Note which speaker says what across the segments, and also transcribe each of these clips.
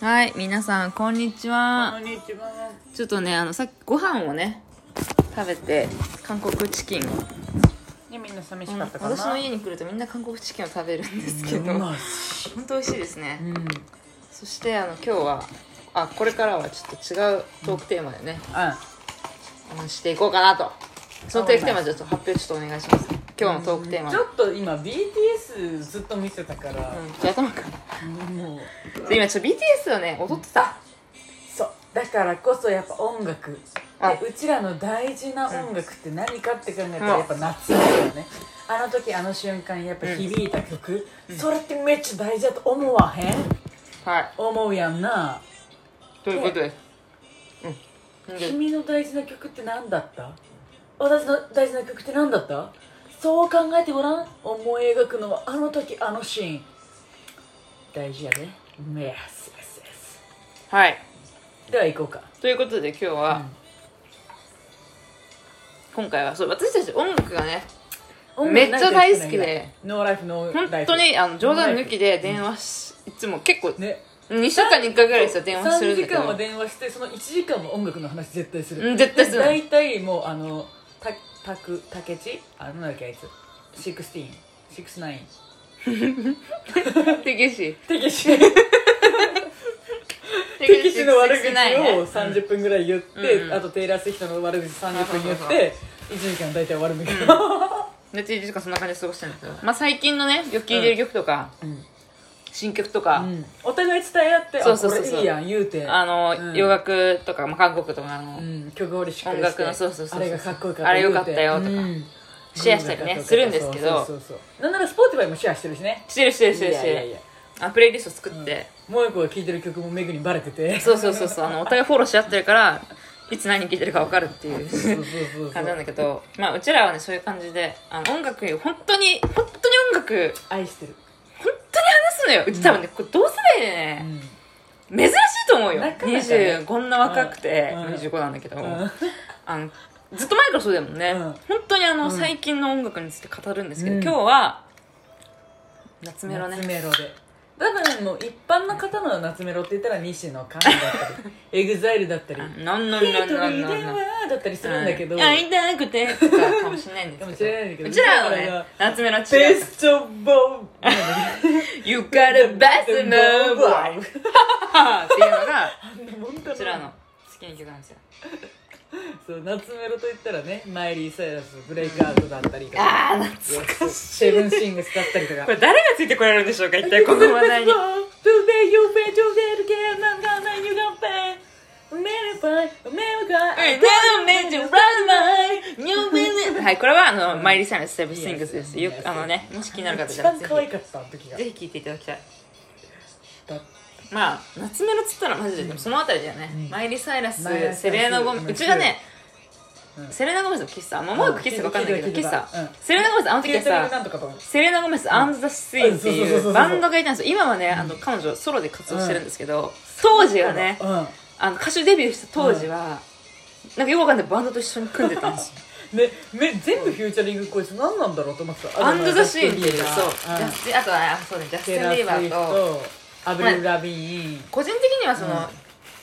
Speaker 1: はい、皆さん、こんにち
Speaker 2: こ
Speaker 1: は
Speaker 2: ん。にちは。
Speaker 1: ちょっとね、あの、さっきご飯をね、食べて、韓国チキンを。
Speaker 2: ね、みんな寂
Speaker 1: う
Speaker 2: し
Speaker 1: ん
Speaker 2: かったかな。
Speaker 1: 私の家に来るとみんな韓国チキンを食べるんですけ
Speaker 2: う
Speaker 1: ど、本
Speaker 2: まいし。
Speaker 1: 当美味しいですね。
Speaker 2: うん。
Speaker 1: そして、あの、今日は、あ、これからはちょっと違うトークテーマでね、
Speaker 2: あ、
Speaker 1: 話していこうかなと。そのトークテーマ、ちょっと発表ちょっとお願いします。今日のトークテーマ。
Speaker 2: ちょっと今 BTS ずっと見せたから、
Speaker 1: うんじゃあ頭から
Speaker 2: もう
Speaker 1: で今ちょっと BTS をね踊ってた
Speaker 2: そうだからこそやっぱ音楽
Speaker 1: あ
Speaker 2: でうちらの大事な音楽って何かって考えたらやっぱ夏だよねあの時あの瞬間やっぱ響いた曲、それってめっちゃ大事だと思わへん
Speaker 1: はい
Speaker 2: 思うやんな
Speaker 1: ということですうんで
Speaker 2: 君の大事な曲って何だった私の大事な曲って何だったそう考えてごらん思い描くのはあの時あのシーン大事やで Yes, yes,
Speaker 1: はい
Speaker 2: yes では行こうか
Speaker 1: ということで今日は、今回はそう私たち音楽がねめっちゃ大好きで
Speaker 2: ノーライフノーライ
Speaker 1: 本
Speaker 2: フ
Speaker 1: 当にあの冗談抜きで電話し、いつも結構
Speaker 2: ね
Speaker 1: 2週間に1回ぐらいですよ電話するんだけ
Speaker 2: 3時間は
Speaker 1: ど
Speaker 2: 電話してその1時間も音楽の話絶対する、
Speaker 1: うん絶対する
Speaker 2: で大体もうあのたたくたけちあなんだっけあいつ16 69
Speaker 1: テキ シ
Speaker 2: テケシ
Speaker 1: テ
Speaker 2: テキシの悪口を
Speaker 1: ね
Speaker 2: 30分ぐらい言って、
Speaker 1: うん
Speaker 2: あとテイラー・スウィフトの悪口30分言っ
Speaker 1: そうそうそう
Speaker 2: て1時間大体終わるんだけど、
Speaker 1: で1時間そんな感じで過ごしてるんですよまあ最近のねよく聴いてる曲とか、
Speaker 2: ん
Speaker 1: 新曲とか、
Speaker 2: うんお互い伝え合って
Speaker 1: そうそうそう
Speaker 2: あこれいいやん言うて
Speaker 1: あの、
Speaker 2: うん
Speaker 1: 洋楽とか、まあ、韓国とかの、
Speaker 2: うん、曲折りしっかり
Speaker 1: 音
Speaker 2: して
Speaker 1: 楽のそうそうそうそう
Speaker 2: あれがかっこよかった
Speaker 1: あれよかったよとか
Speaker 2: ん
Speaker 1: シェアしたりねするんですけど
Speaker 2: そうそうそうそうなんならスポーティファイもシェアしてるしね
Speaker 1: してるしてるしてる
Speaker 2: い
Speaker 1: し
Speaker 2: や
Speaker 1: て
Speaker 2: い
Speaker 1: る
Speaker 2: やいや
Speaker 1: あプレイリスト作って、
Speaker 2: もう一個が聴いてる曲もめぐにバレてて
Speaker 1: そうそうそうそうあのお互いフォローし合ってるからいつ何聴いてるか分かるっていう
Speaker 2: そうそうそうそ
Speaker 1: 感じなん
Speaker 2: う
Speaker 1: だけどまあうちらはねそういう感じであの音楽に本当に本当に音楽
Speaker 2: 愛してる、
Speaker 1: 本当に話すのようち多分ねこれ同世代で
Speaker 2: う
Speaker 1: ね、
Speaker 2: ん
Speaker 1: 珍しいと思うよ
Speaker 2: なかなかね
Speaker 1: 20こんな若くて、
Speaker 2: うんうん
Speaker 1: 25なんだけど、
Speaker 2: うん
Speaker 1: あのずっと前からそうだもんね、
Speaker 2: うん
Speaker 1: 本当にあの、
Speaker 2: うん
Speaker 1: 最近の音楽について語るんですけど、
Speaker 2: うん
Speaker 1: 今日は夏メロね
Speaker 2: 夏メロで多分もう一般の方の夏メロって言ったら西野カンだった りエグザイルだったり
Speaker 1: あなん
Speaker 2: 「
Speaker 1: なん
Speaker 2: 一
Speaker 1: なん
Speaker 2: 人
Speaker 1: なん
Speaker 2: 電
Speaker 1: なんなん
Speaker 2: 話」だったりするんだけど、
Speaker 1: 会いたくてとかかもしれないんですけど
Speaker 2: かもしれないんだけど
Speaker 1: うちらは
Speaker 2: だか
Speaker 1: ね
Speaker 2: ら
Speaker 1: 夏目の
Speaker 2: ベ
Speaker 1: 違う
Speaker 2: ストボー
Speaker 1: You got a best move っていうのが
Speaker 2: こ
Speaker 1: うちらの好きな曲なんですよ
Speaker 2: そう夏メロといったらねマイリー・サイラスブレイクアウトだったりとか
Speaker 1: ああ懐かしい
Speaker 2: セブンシングスだったりとか
Speaker 1: これ誰がついてこられるんでしょうか一体この話題に
Speaker 2: Today you bet you get again I'm gonna you gonna pay America America
Speaker 1: はい、これはあの、マイリー・サイラス・セブン・シングスです。よく、あのね、もし気になる方
Speaker 2: 一
Speaker 1: じゃ
Speaker 2: 番
Speaker 1: ぜ
Speaker 2: 可愛かった時が
Speaker 1: ひ、ぜひ聴いていただきたい。
Speaker 2: だっ
Speaker 1: まあ、夏メロっつったらマジで、でもそのあたりだよね。マイリー・サイラス
Speaker 2: マイリーサイ、ラス
Speaker 1: セレーナ・ゴメ
Speaker 2: う
Speaker 1: ス。
Speaker 2: ん
Speaker 1: うちがね
Speaker 2: う、ん
Speaker 1: セレーナ・ゴメスの喫茶、まあ、もう一個喫茶かわかんないけど、
Speaker 2: うん聞
Speaker 1: 喫
Speaker 2: いてた
Speaker 1: 茶
Speaker 2: 聞いてたうん。
Speaker 1: セレーナ・ゴメス、あの時
Speaker 2: 携
Speaker 1: は
Speaker 2: 帯で
Speaker 1: さ、
Speaker 2: なんとかと思う
Speaker 1: セレナ・ゴメス、アン・ザ・スイーンって
Speaker 2: うんそうそうそう
Speaker 1: い
Speaker 2: そうう
Speaker 1: バンドがいたんですよ。今はね、あの、彼女ソロで活動してるんですけど、当時はね
Speaker 2: う、ん
Speaker 1: あの、歌手デビューした当時は、なんかよくわかんないバンドと一緒に組んでたんですよ。
Speaker 2: ねめ全部フューチャリングこいつ何なんだろうと思ってた
Speaker 1: アンド・ザ・シーンっていう
Speaker 2: ジャス
Speaker 1: そう、
Speaker 2: ティンビ
Speaker 1: ジャステ
Speaker 2: ーバ
Speaker 1: ィンあとはあそうねジャステ
Speaker 2: テイ
Speaker 1: ィン・
Speaker 2: ラー・
Speaker 1: ビーバ
Speaker 2: スウィ
Speaker 1: ー
Speaker 2: フ
Speaker 1: と
Speaker 2: トアブリル・ラビーン
Speaker 1: 個人的にはその、
Speaker 2: うん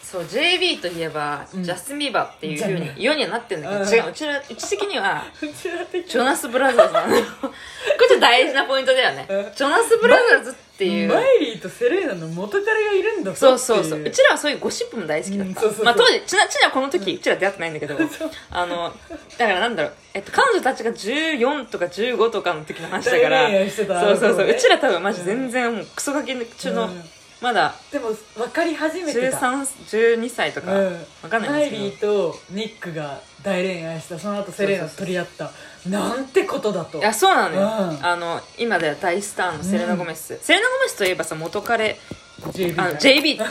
Speaker 1: そう JB といえば、
Speaker 2: うん
Speaker 1: ジャスティン・ビーバーっていう
Speaker 2: じゃ
Speaker 1: ふ
Speaker 2: あ
Speaker 1: う
Speaker 2: ね
Speaker 1: に世にはなってるんだけど、
Speaker 2: うん
Speaker 1: 違ううちらうち的には
Speaker 2: うちら的
Speaker 1: ジョナス・ブラザーズ なのこれちょっと大事なポイントだよね、
Speaker 2: うん
Speaker 1: ジョナス・ブラザーズっていう
Speaker 2: マイリーとセレーナの元彼がいるんだぞってい
Speaker 1: そうそうそううちらはそういうゴシップも大好きだった、
Speaker 2: うんそうそうそう
Speaker 1: まあ、当時ちなちなはこの時うちら出会ってないんだけ どあのだからなんだろう、えっと、彼女たちが14とか15とかの時の話だから
Speaker 2: 大恋愛してた
Speaker 1: そうそうそう、
Speaker 2: ね
Speaker 1: うちら多分マジ全然もうクソガキ中の、
Speaker 2: うん
Speaker 1: まだ
Speaker 2: でも分かり始めてた
Speaker 1: 1312歳とか、わかんないん
Speaker 2: マ
Speaker 1: です
Speaker 2: イ
Speaker 1: け
Speaker 2: リ
Speaker 1: ど
Speaker 2: ーとニックが大恋愛したその後セレーナと取り合ったなんてことだと
Speaker 1: いやそうなのよ、
Speaker 2: うん
Speaker 1: あの今では大スターのセレナ・ゴメス、セレナ・ゴメスといえばさ元彼
Speaker 2: JB
Speaker 1: あ
Speaker 2: が
Speaker 1: の JB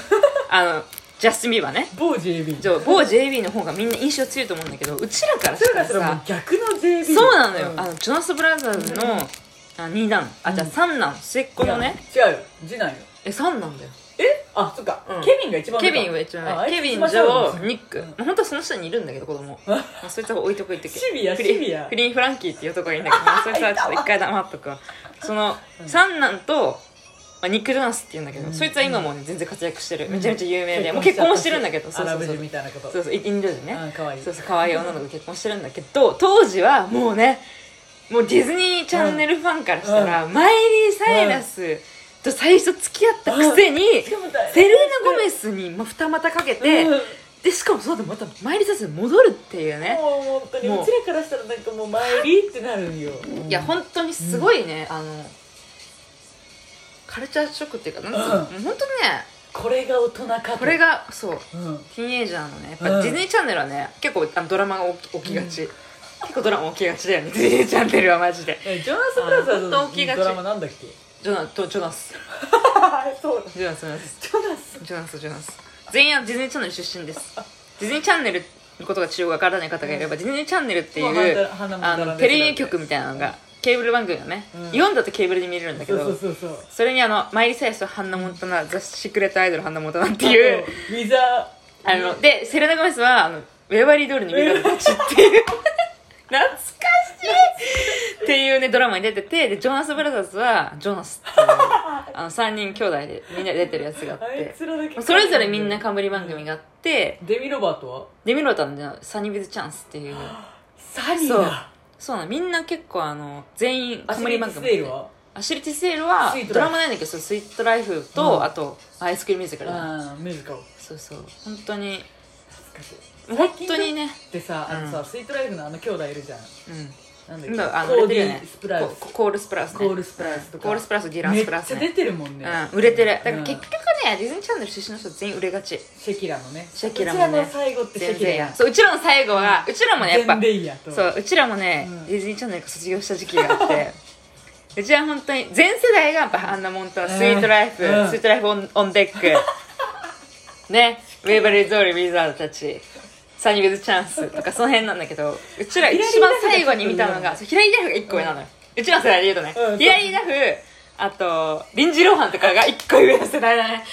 Speaker 1: あのジャスティン・ビーバーね
Speaker 2: 某 JB
Speaker 1: じゃあ某 JB の方がみんな印象強いと思うんだけどうちらから
Speaker 2: それ
Speaker 1: した
Speaker 2: かららそれもう
Speaker 1: さ
Speaker 2: 逆の JB
Speaker 1: そうなのよ、
Speaker 2: ん
Speaker 1: あのジョナス・ブラザーズの、あ2男あじゃあ
Speaker 2: うん
Speaker 1: 3男末っ子のね
Speaker 2: 違うよ次男よ
Speaker 1: え三3男だよ
Speaker 2: えあそっか、
Speaker 1: うん
Speaker 2: ケビンが一番上
Speaker 1: ケ
Speaker 2: か
Speaker 1: ビンが一
Speaker 2: あ
Speaker 1: 番
Speaker 2: あ
Speaker 1: 上
Speaker 2: いつ
Speaker 1: ケビン、
Speaker 2: 一
Speaker 1: ジョ
Speaker 2: 番下なんだ
Speaker 1: ー、ニック、
Speaker 2: うん
Speaker 1: まあ、本当はその下にいるんだけど子供まあそいつは置いとく置いとく
Speaker 2: シビア
Speaker 1: フ
Speaker 2: シ
Speaker 1: リ
Speaker 2: ビア
Speaker 1: フリー・フ ランキーっていう男がいいんだけど、まあ、そいつはちょっと一回黙っとくわその三男とまああ、ニック・ジョナスっていうんだけど、
Speaker 2: うん
Speaker 1: そいつは今もね全然活躍してるめちゃめちゃ有名で、
Speaker 2: うん
Speaker 1: もう結婚もしてるんだけど
Speaker 2: ア
Speaker 1: そう
Speaker 2: ラ
Speaker 1: そう
Speaker 2: ブ
Speaker 1: そ
Speaker 2: 人
Speaker 1: う
Speaker 2: みたいなこと
Speaker 1: そうそうインド人ね、
Speaker 2: あかわいい
Speaker 1: そうそう可愛い女の子と結婚してるんだけど当時はもうねもうディズニーチャンネルファンからしたら、マイリー・サイラスと最初付き合ったくせに、
Speaker 2: しかも大
Speaker 1: セレーナ・ゴメスにまあ二股かけて、
Speaker 2: うん
Speaker 1: でしかもその後またマイリー・サイラスに戻るっていうね、
Speaker 2: もう本当に
Speaker 1: もう
Speaker 2: うちらからしたらなんかもう参りってなるよ
Speaker 1: いや本当にすごいね、あのカルチャーショックっていうかなんつうの、
Speaker 2: うん
Speaker 1: もう本当にね
Speaker 2: これが大人かと
Speaker 1: これがそう
Speaker 2: うん
Speaker 1: ティーンエイジャーのねやっ
Speaker 2: う
Speaker 1: ぱ
Speaker 2: ん
Speaker 1: ディズニーチャンネルはね結構あのドラマが起き起きがち、結構ドラマ起きがちだよねディズニーチャンネルはマジで
Speaker 2: えジョナス・ブラザーズ
Speaker 1: あ本当起きが
Speaker 2: の
Speaker 1: ち
Speaker 2: ドラマなんだ っけ
Speaker 1: ジョナとジョナス
Speaker 2: そう
Speaker 1: ジョナスジョナス
Speaker 2: ジョナ
Speaker 1: ジョナス
Speaker 2: ス
Speaker 1: ジョナス全員はディズニーチャンネル出身ですディズニーチャンネルのことが中央がわからない方がいれば、ディズニーチャンネルってい
Speaker 2: もう花
Speaker 1: う
Speaker 2: 花も
Speaker 1: あ
Speaker 2: 並
Speaker 1: の
Speaker 2: んで
Speaker 1: テ
Speaker 2: る
Speaker 1: レビ局みたいなのがケーブル番組のね、
Speaker 2: うん
Speaker 1: 日本だとケーブルで見れるんだけ
Speaker 2: そう
Speaker 1: ど
Speaker 2: そうそうそう
Speaker 1: それにあのマイリー・サイラスとハンナ・モンタナザ・シークレット・アイドルハンナ・モンタナっていう
Speaker 2: あとウィザー
Speaker 1: あのでセレナ・ゴメスはあのウェバリードールに見られたちっていう懐かしいっていうねドラマに出ててでジョナス・ブラザーズはジョナスっていうあの3人兄弟でみんなで出てるやつがあっ
Speaker 2: あい
Speaker 1: て
Speaker 2: つらだけ
Speaker 1: それぞれみんな冠番組があって
Speaker 2: デミロバートは
Speaker 1: デミロータのねサニー・ビズ・チャンスっていう
Speaker 2: サリー
Speaker 1: そう
Speaker 2: だ
Speaker 1: そうなのみんな結構あの全員
Speaker 2: アシュ
Speaker 1: 冠
Speaker 2: リー・
Speaker 1: 番
Speaker 2: ティ
Speaker 1: 組
Speaker 2: スデイルは
Speaker 1: アシュリティ・セールは
Speaker 2: スイートライフ
Speaker 1: ドラマないんだけどそうスイートライフと、
Speaker 2: うん
Speaker 1: あとアイスクリームミュージカルだね
Speaker 2: ああミュージカル
Speaker 1: そうそう本当に
Speaker 2: 懐かしい
Speaker 1: 本当にね
Speaker 2: でさあの
Speaker 1: う
Speaker 2: さスイートライフのあの兄弟いるじゃん
Speaker 1: うん
Speaker 2: なんだっけ
Speaker 1: 今あの
Speaker 2: コ
Speaker 1: 売れ
Speaker 2: ー
Speaker 1: てるよ
Speaker 2: デ
Speaker 1: ね
Speaker 2: ィ・スプラウス
Speaker 1: ココールスプラウスね
Speaker 2: コールスプラウスとか
Speaker 1: コールスプラウスディランスプラウス
Speaker 2: めっちゃ
Speaker 1: ね
Speaker 2: 出てるもんね
Speaker 1: うん売れてるだから
Speaker 2: うん
Speaker 1: 結局ねディズニーチャンネル出身の人全員売れがち
Speaker 2: シェキラのね
Speaker 1: シェキラもね
Speaker 2: うちらの最後ってシェ
Speaker 1: 全
Speaker 2: キラ
Speaker 1: 然
Speaker 2: やん
Speaker 1: やそううちらの最後はうちらもねやっぱ
Speaker 2: 全然やと
Speaker 1: そううちらもね
Speaker 2: うん
Speaker 1: ディズニーチャンネルが卒業した時期があって うちは本当に全世代がやっぱアンナモンタナ
Speaker 2: うん
Speaker 1: スイートライフスイ
Speaker 2: うん
Speaker 1: ートライフオンオンデ ックねウェーバリーゾールウィザードたちサニービズチャンスとかその辺なんだけどうちら一番最後に見たのがそうヒラリー・ダフが1個上なのようちらの世代で言うと
Speaker 2: う
Speaker 1: ね
Speaker 2: ん
Speaker 1: ヒラリー・ダフあとリンジ・ローハンとかが1個上の世代だね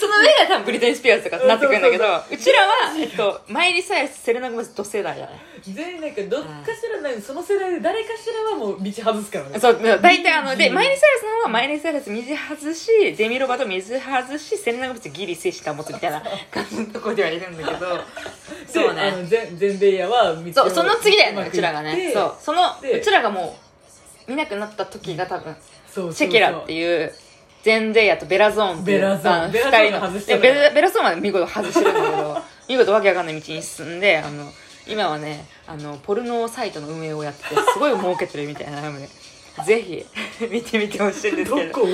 Speaker 1: その上が多分ブリトニー・スピアーズとかになってくるんだけど
Speaker 2: うん
Speaker 1: うちらは、えっと、マイリー・サイラスセレナ・ゴメスと世代だね
Speaker 2: 全員なんかどっかしらないその世代で誰かしらはもう道外すから ね
Speaker 1: そう、大体あの、で、マイリー・サイラスの方はマイリー・サイラス水外し、デミロバと水外し、セレナ・ゴメスギリ精子保つみたいな感じのところではいるんだけど、
Speaker 2: で
Speaker 1: そう
Speaker 2: あ
Speaker 1: ね。
Speaker 2: の全全レイヤーは道
Speaker 1: そ
Speaker 2: を
Speaker 1: う、その次だよ
Speaker 2: ま
Speaker 1: ね、
Speaker 2: く
Speaker 1: うちらがね。
Speaker 2: で
Speaker 1: そう、その、う
Speaker 2: で
Speaker 1: ちらがもう、見なくなった時が多分、
Speaker 2: そうそう
Speaker 1: シェキラって
Speaker 2: う
Speaker 1: いう、ゼンデイヤとベラゾーンっていう
Speaker 2: ベラゾーン
Speaker 1: あの
Speaker 2: ベラゾ
Speaker 1: 二
Speaker 2: ーン
Speaker 1: 人の
Speaker 2: 外し
Speaker 1: い
Speaker 2: た
Speaker 1: や
Speaker 2: のよ
Speaker 1: ベラベラゾーンは見事外してるんだけど見事わけわかんない道に進んであの今はねあのポルノサイトの運営をやっててすごい儲けてるみたいなのでぜひ見てみてほしいんです
Speaker 2: ど
Speaker 1: けど
Speaker 2: こを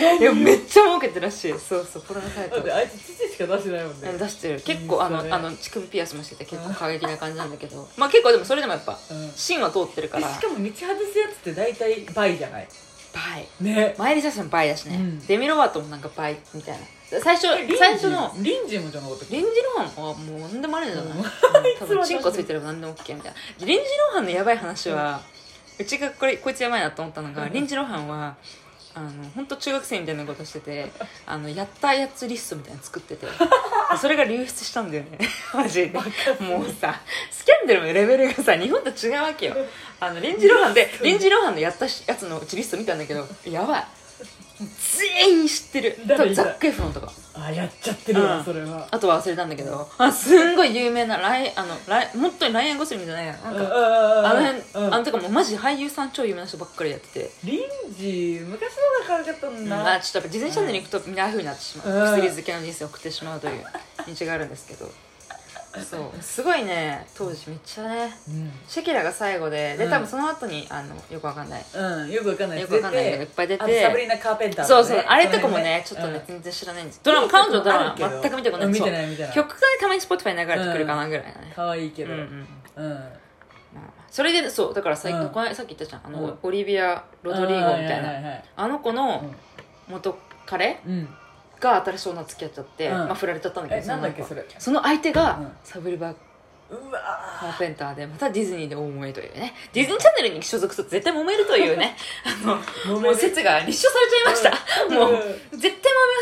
Speaker 2: 何
Speaker 1: いやめっちゃ儲けてるらしいそうそうポルノサイ
Speaker 2: だ
Speaker 1: ト
Speaker 2: ってあいつ父しか出してないもんね
Speaker 1: 出してる結構あの
Speaker 2: いいっすね
Speaker 1: あの乳首ピアスもしてて結構過激な感じなんだけどまあ結構でもそれでもやっぱ
Speaker 2: うん
Speaker 1: 芯は通ってるか
Speaker 2: で
Speaker 1: ら
Speaker 2: しかも道外すやつって大体倍じゃない
Speaker 1: はい
Speaker 2: ね
Speaker 1: マイリー・サイラスもバイだしね、
Speaker 2: うん
Speaker 1: デミロバートもなんかバイみたいな最初
Speaker 2: リンジ
Speaker 1: 最初の
Speaker 2: リンジもじゃなかったっけ
Speaker 1: レンジローハンはもう何でもあるんじゃない、
Speaker 2: う
Speaker 1: 多
Speaker 2: んいつも
Speaker 1: 分
Speaker 2: 私
Speaker 1: チンコついてれば何でも OK みたいなレンジローハンのやばい話は、うちがこれこいつやばいなと思ったのが、
Speaker 2: うん
Speaker 1: レンジローハンはあの本当中学生みたいなことして てあのやったやつリストみたいなの作っててそれが流出したんだよね マジでもうさスキャンダルのレベルがさ日本と違うわけよあのレンジローハンでレンジローハンのやったしやつのうちリスト見たんだけどや ばい全員知ってる多
Speaker 2: 誰
Speaker 1: 分
Speaker 2: い
Speaker 1: ザ
Speaker 2: た
Speaker 1: ック・エフロンとか
Speaker 2: あやっちゃってる
Speaker 1: うん
Speaker 2: わそれは
Speaker 1: あとは忘れたんだけど、あ、すんごい有名な、ライ、あの、ライ、本当にライアン・ゴスリングじゃないや。なんか、あ
Speaker 2: あ
Speaker 1: の辺、あのとかもうマジ俳優さん超有名な人ばっかりやってて。
Speaker 2: リンジ昔の方が可愛かったんだ
Speaker 1: まあ、ちょっとやっぱディズニーチャンネルに行くと、みんなああいう風になってしまう。
Speaker 2: うん
Speaker 1: 薬漬けの人生を送ってしまうという道があるんですけど。そう、すごいね、当時めっちゃね、
Speaker 2: うん
Speaker 1: シェキラが最後で、で、
Speaker 2: うん
Speaker 1: 多分その後に、あの、よくわかんない。
Speaker 2: うん、よくわかんない
Speaker 1: よくわかんないけど、いっぱい出
Speaker 2: あとサブリ
Speaker 1: て。
Speaker 2: ーナ・カーペンター
Speaker 1: そ
Speaker 2: と
Speaker 1: う
Speaker 2: かね
Speaker 1: そう、あれとかもね、ち
Speaker 2: そ
Speaker 1: ょっ
Speaker 2: の
Speaker 1: と
Speaker 2: 辺
Speaker 1: ね、全然知らないんです。ドラマ、彼女のドラマ、全く見たことな
Speaker 2: う
Speaker 1: んい。
Speaker 2: 見
Speaker 1: そう
Speaker 2: てない見てない
Speaker 1: 曲がたまに Spotify に流れてくるかなぐらいだね。
Speaker 2: 可愛いけ
Speaker 1: うん
Speaker 2: ど
Speaker 1: う
Speaker 2: うん
Speaker 1: ん
Speaker 2: ロ
Speaker 1: それでそうだからさ,、
Speaker 2: うん
Speaker 1: この間さっき言ったじゃんあの、
Speaker 2: うん
Speaker 1: オリビア・ロドリーゴみたいなあ,、
Speaker 2: な
Speaker 1: の子の元彼
Speaker 2: うん
Speaker 1: が新しい女と付き合っちゃって、
Speaker 2: うん
Speaker 1: まあ振られちゃったんだけ
Speaker 2: え
Speaker 1: ど
Speaker 2: なんだっ
Speaker 1: そ
Speaker 2: け
Speaker 1: の子
Speaker 2: それ
Speaker 1: その相手が、
Speaker 2: うん
Speaker 1: サブリバ・
Speaker 2: う
Speaker 1: カ
Speaker 2: わ
Speaker 1: ーペンターでまたディズニーで大揉めというねディズニーチャンネルに所属すると絶対揉めるというねあの
Speaker 2: も
Speaker 1: もう説が立証されちゃいました、もう絶対揉めま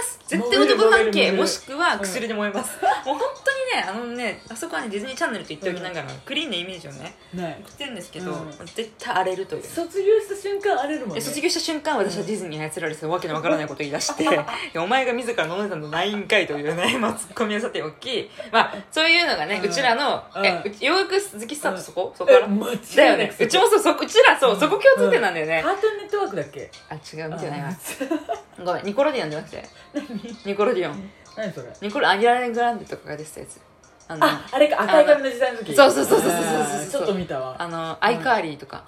Speaker 1: す絶対男関
Speaker 2: 揉める揉め
Speaker 1: 係
Speaker 2: る揉める
Speaker 1: もしくは薬で揉めます、もう本当にねあのねあそこはねディズニーチャンネルと言っておきながら、クリーンなイメージをね
Speaker 2: ね
Speaker 1: 送ってるんですけど、
Speaker 2: うん
Speaker 1: 絶対荒れるという
Speaker 2: 卒業した瞬間荒れるもん
Speaker 1: え
Speaker 2: ね
Speaker 1: 卒業した瞬間私はディズニーに操られてわけのわからないことを言い出 していやお前が自ら飲んでたのないんかいというね、まあ、ツッコミをさておき、まあ、そういうのがね、
Speaker 2: う
Speaker 1: うんちらの、え
Speaker 2: う
Speaker 1: うんち洋楽好きスタートそこ、そこか
Speaker 2: え
Speaker 1: ら
Speaker 2: 間違
Speaker 1: だよ
Speaker 2: いな
Speaker 1: ね
Speaker 2: く
Speaker 1: うちもそうそこうちらそう、
Speaker 2: うん
Speaker 1: そこ共通点なんだよ
Speaker 2: カ
Speaker 1: ね、
Speaker 2: ートゥンネットワークだっけ
Speaker 1: あ違う見てないわ、
Speaker 2: うん
Speaker 1: ごめんニコロディオンじゃなくてニコロディオン
Speaker 2: 何それ
Speaker 1: ニコロアギラレン・グランデとかが出てたやつあの
Speaker 2: ああれか赤い髪の時代の時
Speaker 1: そうそうそうそうそうそう
Speaker 2: あーちょっと見たわ
Speaker 1: あのアイカーリーとか、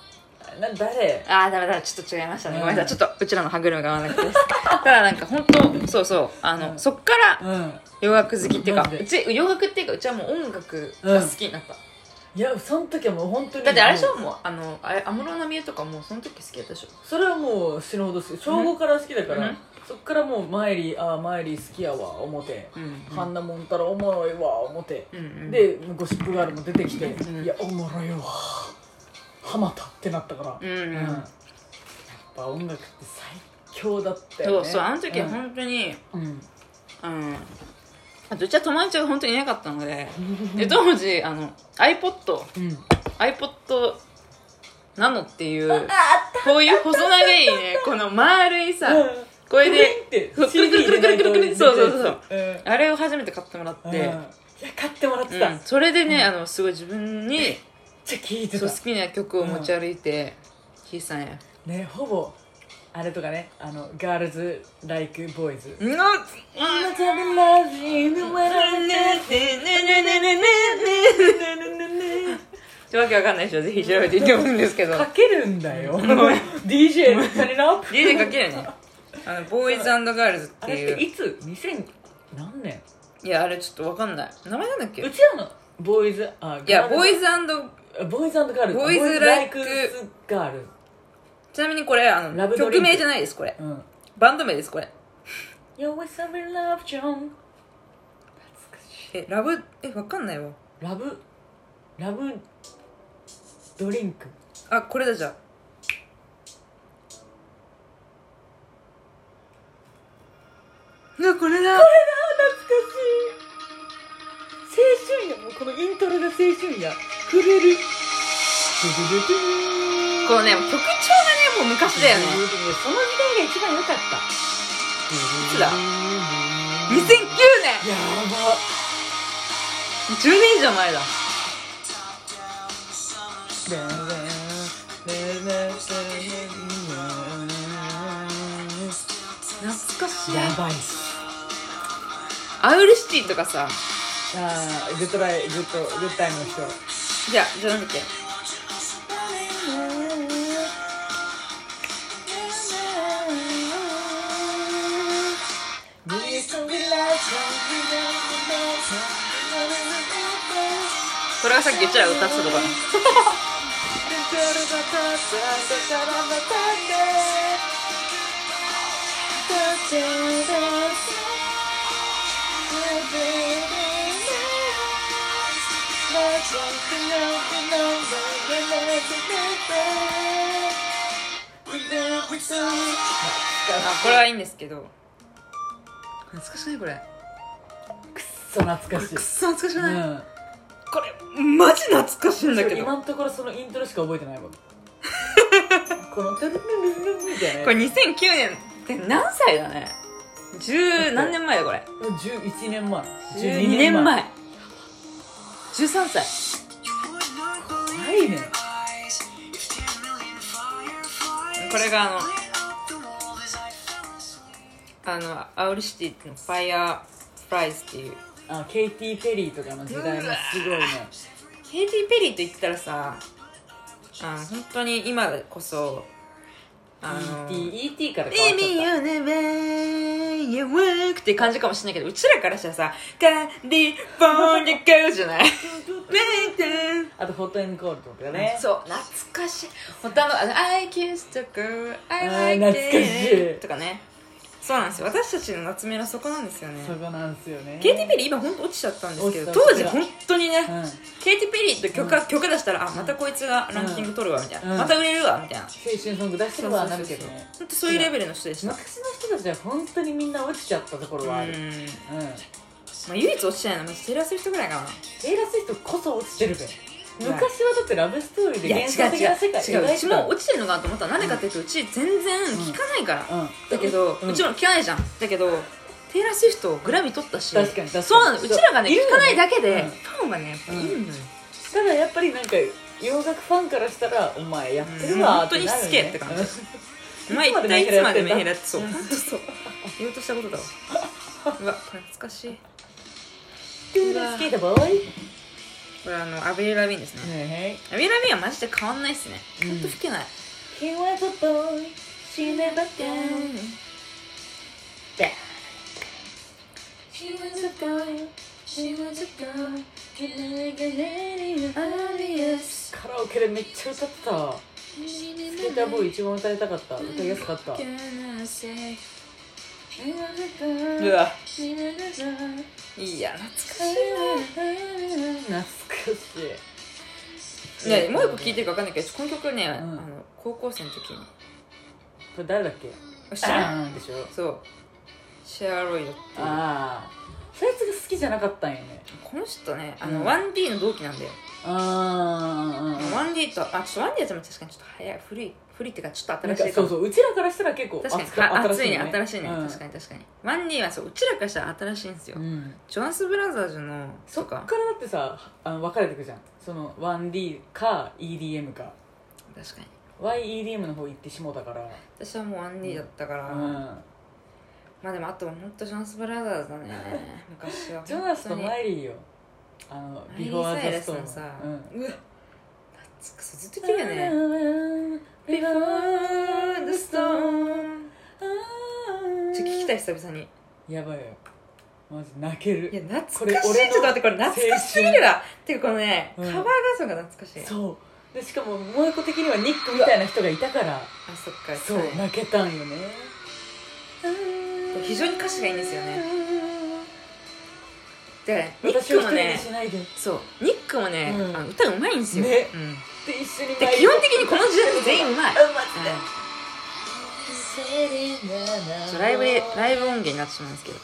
Speaker 2: な誰
Speaker 1: ああダメだちょっと違いましたね
Speaker 2: うん
Speaker 1: ごめんなさいちょっとうちらの歯車が合わなくてですただなんか本当そうそうあの、
Speaker 2: うん
Speaker 1: そっから
Speaker 2: うん
Speaker 1: 洋楽好きっていう
Speaker 2: マ
Speaker 1: か
Speaker 2: ジで
Speaker 1: うち洋楽っていうかうちはもう音楽が好きになった、
Speaker 2: いやその時はもう本当に
Speaker 1: だってあれでし
Speaker 2: も
Speaker 1: ょもうあのあれ安室奈美恵とかもうその時好きだったでしょ
Speaker 2: うそれはもう死ぬほど好き小五から好きだから、
Speaker 1: うん
Speaker 2: そっからもうマイリーあーマイリー好きやわ表、
Speaker 1: うん
Speaker 2: ハンナモンタラおもろいわ表、
Speaker 1: うんうん
Speaker 2: でゴシップガールも出てきて、
Speaker 1: うん
Speaker 2: いやおもろいわハマったってなったか
Speaker 1: う
Speaker 2: ら
Speaker 1: んうん
Speaker 2: やっぱ音楽って最強だった
Speaker 1: そ
Speaker 2: よ
Speaker 1: う
Speaker 2: ね
Speaker 1: そうあの時は本当に
Speaker 2: うん、うん
Speaker 1: うんあとうちは友達が本当にいなかったの でで当時あの iPod
Speaker 2: うん、
Speaker 1: iPod ナノっていう
Speaker 2: ああ
Speaker 1: こういう細長いねこの丸いさ、
Speaker 2: うん
Speaker 1: これで
Speaker 2: で
Speaker 1: そうくるくるくるくるくるくるそうそうそう
Speaker 2: うん、
Speaker 1: あれを初めて買ってもらっ
Speaker 2: うんい
Speaker 1: て、
Speaker 2: や買ってもらって
Speaker 1: うん
Speaker 2: た、めっ
Speaker 1: それでね、あのすごい自分に
Speaker 2: ちゃ聞いて
Speaker 1: そ
Speaker 2: た
Speaker 1: う好きな曲を持ち歩いて聴いてたんや
Speaker 2: ねほぼあれとかねあのガールズ・ライク・ボーイズ
Speaker 1: うん
Speaker 2: 「love you the way I love
Speaker 1: ってわけわかんないでしょぜひ調べていいと思うんですけど
Speaker 2: you」かけるんだよ DJ のカニナ ップ
Speaker 1: DJ かける ねあのボーイズガールズっ
Speaker 2: あ
Speaker 1: て
Speaker 2: れっ
Speaker 1: い
Speaker 2: て
Speaker 1: う
Speaker 2: いつ2000何年
Speaker 1: いやあれちょっとわかんない名前なんだっけ
Speaker 2: う
Speaker 1: い
Speaker 2: ちらのボーイズあ
Speaker 1: やボーイ
Speaker 2: ズ
Speaker 1: ズ
Speaker 2: ボーイズガールズ
Speaker 1: ボーイズ
Speaker 2: ライク
Speaker 1: like
Speaker 2: ガールズ
Speaker 1: ちなみにこれあ
Speaker 2: ラ
Speaker 1: の
Speaker 2: ブドリンク
Speaker 1: 曲名じゃないですこれ
Speaker 2: うん
Speaker 1: バンド名ですこれ
Speaker 2: You're with some love John
Speaker 1: えラブえわかんないわ
Speaker 2: ラブラブドリンク
Speaker 1: あこれだじゃあうわこれだ
Speaker 2: 懐かしい青春やもうこのイントロが青春や震える
Speaker 1: こうね曲調がねもう昔だよね
Speaker 2: その時代が一番良かった
Speaker 1: つだ2009年
Speaker 2: や
Speaker 1: 10年以上前だ
Speaker 2: ば
Speaker 1: 懐かしい
Speaker 2: やばい
Speaker 1: アウルシティとかさ
Speaker 2: あーグッドライグッドグッタイムの人
Speaker 1: じゃあじゃあなんだっけこれがさっき言っちゃう歌ってたとかあこれはいいんですけど懐かしいこれ
Speaker 2: くっそ懐かしい
Speaker 1: くっそ懐かしくない、
Speaker 2: うん
Speaker 1: これマジ懐かしいんだけど
Speaker 2: 今のところそのイントロしか覚えてないもんこの「トゥルルルルルみたいな
Speaker 1: これ2009年って何歳だね十何年前だこれ
Speaker 2: 11年前
Speaker 1: 12年前13歳
Speaker 2: ないね
Speaker 1: これがあのあのアウルシティのファイアープライズっていう
Speaker 2: あケイティ・ペリーとかの時代のすごいね
Speaker 1: ケイティ・ペリーと言ったらさあの本当に今こそあの
Speaker 2: ET, ET から変わっ
Speaker 1: Leave me
Speaker 2: ちゃっ
Speaker 1: on the way you work って感じかもしれないけどうちらからしたらさ「カンディフォンディじゃない Make them
Speaker 2: たあとホットエンコールとかね
Speaker 1: そう懐かしい本当あのあの「I kissed a girl
Speaker 2: あ
Speaker 1: I
Speaker 2: ー
Speaker 1: like
Speaker 2: 懐かしい
Speaker 1: it」とかねそうなんですよ私たちの夏目のそこなんですよね
Speaker 2: そこなんですよね
Speaker 1: ケイティ・ペリー今本当落ちちゃったんですけど
Speaker 2: 落ちた
Speaker 1: 当時本当にね、
Speaker 2: うん
Speaker 1: ケイティ・ペリーと曲,、曲出したらあまたこいつがランキング取るわみたいな、
Speaker 2: うん
Speaker 1: また売れるわみたいな
Speaker 2: 青春ソング出してるわなるけどね
Speaker 1: 本当そういうレベルの人でした
Speaker 2: 昔の人たちは本当にみんな落ちちゃったところはある
Speaker 1: うん
Speaker 2: うん
Speaker 1: まあ、唯一落ちてないのはテイラー・スウィフトぐらいかな
Speaker 2: テイラー・スウィフトこそ落ちてるべ
Speaker 1: うん
Speaker 2: 昔はだってラブストーリーで
Speaker 1: いや違う
Speaker 2: 幻想的な世界
Speaker 1: 違う違ううちも
Speaker 2: 落
Speaker 1: 落ちてるのかなと思ったら何かっていうとうち全然聞かないから、
Speaker 2: うん
Speaker 1: だけど、
Speaker 2: うん
Speaker 1: もちろん聞かないじゃんだけどテイラー・スウィフトグラミー取ったし
Speaker 2: 確かに確かに
Speaker 1: そうなのうちらがね
Speaker 2: いるよね
Speaker 1: 聞かないだけで、
Speaker 2: うん
Speaker 1: ファンがねやっぱいるのよ、
Speaker 2: ただやっぱりなんか洋楽ファンからしたらお前やってるわ
Speaker 1: うん
Speaker 2: ってなる
Speaker 1: 本
Speaker 2: よね
Speaker 1: 当に好きって感じ
Speaker 2: う
Speaker 1: お
Speaker 2: ん
Speaker 1: 前
Speaker 2: いつ
Speaker 1: 一
Speaker 2: まで
Speaker 1: 体いつまでメンヘラやっ
Speaker 2: やっ
Speaker 1: てて
Speaker 2: た
Speaker 1: そう本当そう言おうとしたこと だわうわこれ懐かしい
Speaker 2: テイラー・スウィフトボーイ
Speaker 1: これあのアビリル・ラビーンですね、
Speaker 2: ね
Speaker 1: アビリル・ラビーンはマジで変わんないっすね
Speaker 2: うん
Speaker 1: ほんと吹けない、
Speaker 2: え He was a boy She never down She was a girl She was a girl
Speaker 3: obvious.
Speaker 2: カラオケでめっちゃ歌ってたスケーターボーイ一番歌いたかった歌いやすかったうわ
Speaker 1: いや懐かし
Speaker 2: 懐かし
Speaker 1: い
Speaker 2: い
Speaker 1: ねもう一個聴いてるか分かんないけどこの曲ね、
Speaker 2: ん
Speaker 1: あの高校生の時に
Speaker 2: これ誰だっけ
Speaker 1: 知らない
Speaker 2: でしょ
Speaker 1: そうシェアロイドっていう
Speaker 2: ああそいつが好きじゃなかったんよね
Speaker 1: この人ねあ
Speaker 2: う
Speaker 1: の
Speaker 2: ん
Speaker 1: 1D の同期なんだよ、
Speaker 2: ああ
Speaker 1: 1D とあちょっと 1D やつも確かにちょっと早い古い古いっていうかちょっと
Speaker 2: な
Speaker 1: 新
Speaker 2: ん
Speaker 1: しいか
Speaker 2: か
Speaker 1: も
Speaker 2: そうそううちらからしたら結構
Speaker 1: 確
Speaker 2: 熱
Speaker 1: かにあ
Speaker 2: 新
Speaker 1: 熱
Speaker 2: し
Speaker 1: い
Speaker 2: い
Speaker 1: ね
Speaker 2: よね
Speaker 1: 新しいね、
Speaker 2: うん
Speaker 1: 確かに確かにワンディーはそううちらからしたら新しいんですよ、
Speaker 2: うん
Speaker 1: ジョナス・ブラザーズの
Speaker 2: そ
Speaker 1: と
Speaker 2: っから
Speaker 1: か
Speaker 2: だってさあの分かれてくじゃんその 1D か EDM か
Speaker 1: 確かに
Speaker 2: YEDM の方行ってしもうたから
Speaker 1: 私はもうワンディーだったから、
Speaker 2: うん
Speaker 1: まあでもあとは本当ジョナス・ブラザーズだね 昔は
Speaker 2: ジョナスと
Speaker 1: 本当に
Speaker 2: マイリーよあの
Speaker 1: マイ
Speaker 2: ビ
Speaker 1: リ
Speaker 2: フ
Speaker 1: ー・
Speaker 2: ォー・
Speaker 1: サイ
Speaker 2: ザ・
Speaker 1: レ
Speaker 2: ス
Speaker 1: ス
Speaker 2: トー
Speaker 1: の
Speaker 2: ム
Speaker 1: さ、
Speaker 2: う
Speaker 1: うんわ懐かしいずっと言ってるよね
Speaker 2: Before the storm
Speaker 1: ちょっと聞きたい久々に
Speaker 2: やばいよマジ泣ける
Speaker 1: いや
Speaker 2: こ
Speaker 1: 懐
Speaker 2: れ
Speaker 1: かしい
Speaker 2: 俺
Speaker 1: ちょ
Speaker 2: の
Speaker 1: っと待ってこれ懐かしすぎるわっていうかこのね、
Speaker 2: うん
Speaker 1: カバー画像が懐かしいあ
Speaker 2: そうでしかも萌子的にはニックみたいな人がいたから
Speaker 1: そっか
Speaker 2: そう
Speaker 1: はい
Speaker 2: 泣けたんよね
Speaker 1: 非常に歌詞がいいんですよねでニッ
Speaker 2: 私を
Speaker 1: ク
Speaker 2: 一
Speaker 1: も
Speaker 2: 人に
Speaker 1: ね
Speaker 2: しないでっ
Speaker 1: そうニックもね、
Speaker 2: うん
Speaker 1: あの歌うまいんですよ、
Speaker 2: ね
Speaker 1: うん、
Speaker 2: て一緒に
Speaker 1: で基本的にこの時代全員うまい、
Speaker 2: あマジ
Speaker 1: う
Speaker 2: で
Speaker 1: んちょライブライブ音源になってしまうんですけど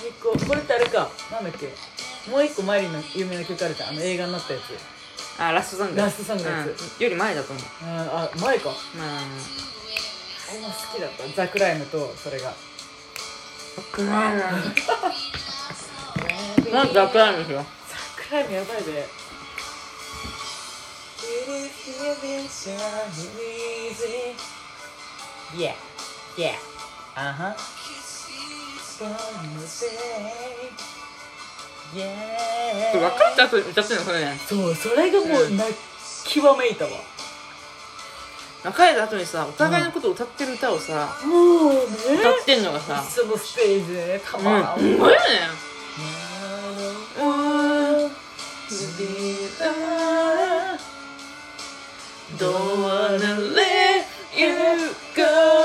Speaker 2: 最高これってあれかなんだっけもう一個マイリーの有名な曲あるじゃんあの映画になったやつ
Speaker 1: あラストソング
Speaker 2: ラストソングのやつ
Speaker 1: うんより前だと思う
Speaker 2: うんあ前か
Speaker 1: まあ
Speaker 2: あれも好きだったザ・クライムとそれが
Speaker 1: 僕はなんか暗いんですよ
Speaker 2: ザ・クライムやばいでイエイエイあは
Speaker 1: これ分かった後に歌ってるのこれね
Speaker 2: そうそれがもう泣きわめいたわ
Speaker 1: 別れた後にさお互いのことを歌ってる歌をさ、
Speaker 2: もうね
Speaker 1: 歌ってんのがさ
Speaker 2: そのステージでねた
Speaker 1: うん
Speaker 2: まらんわ
Speaker 1: うまいよねう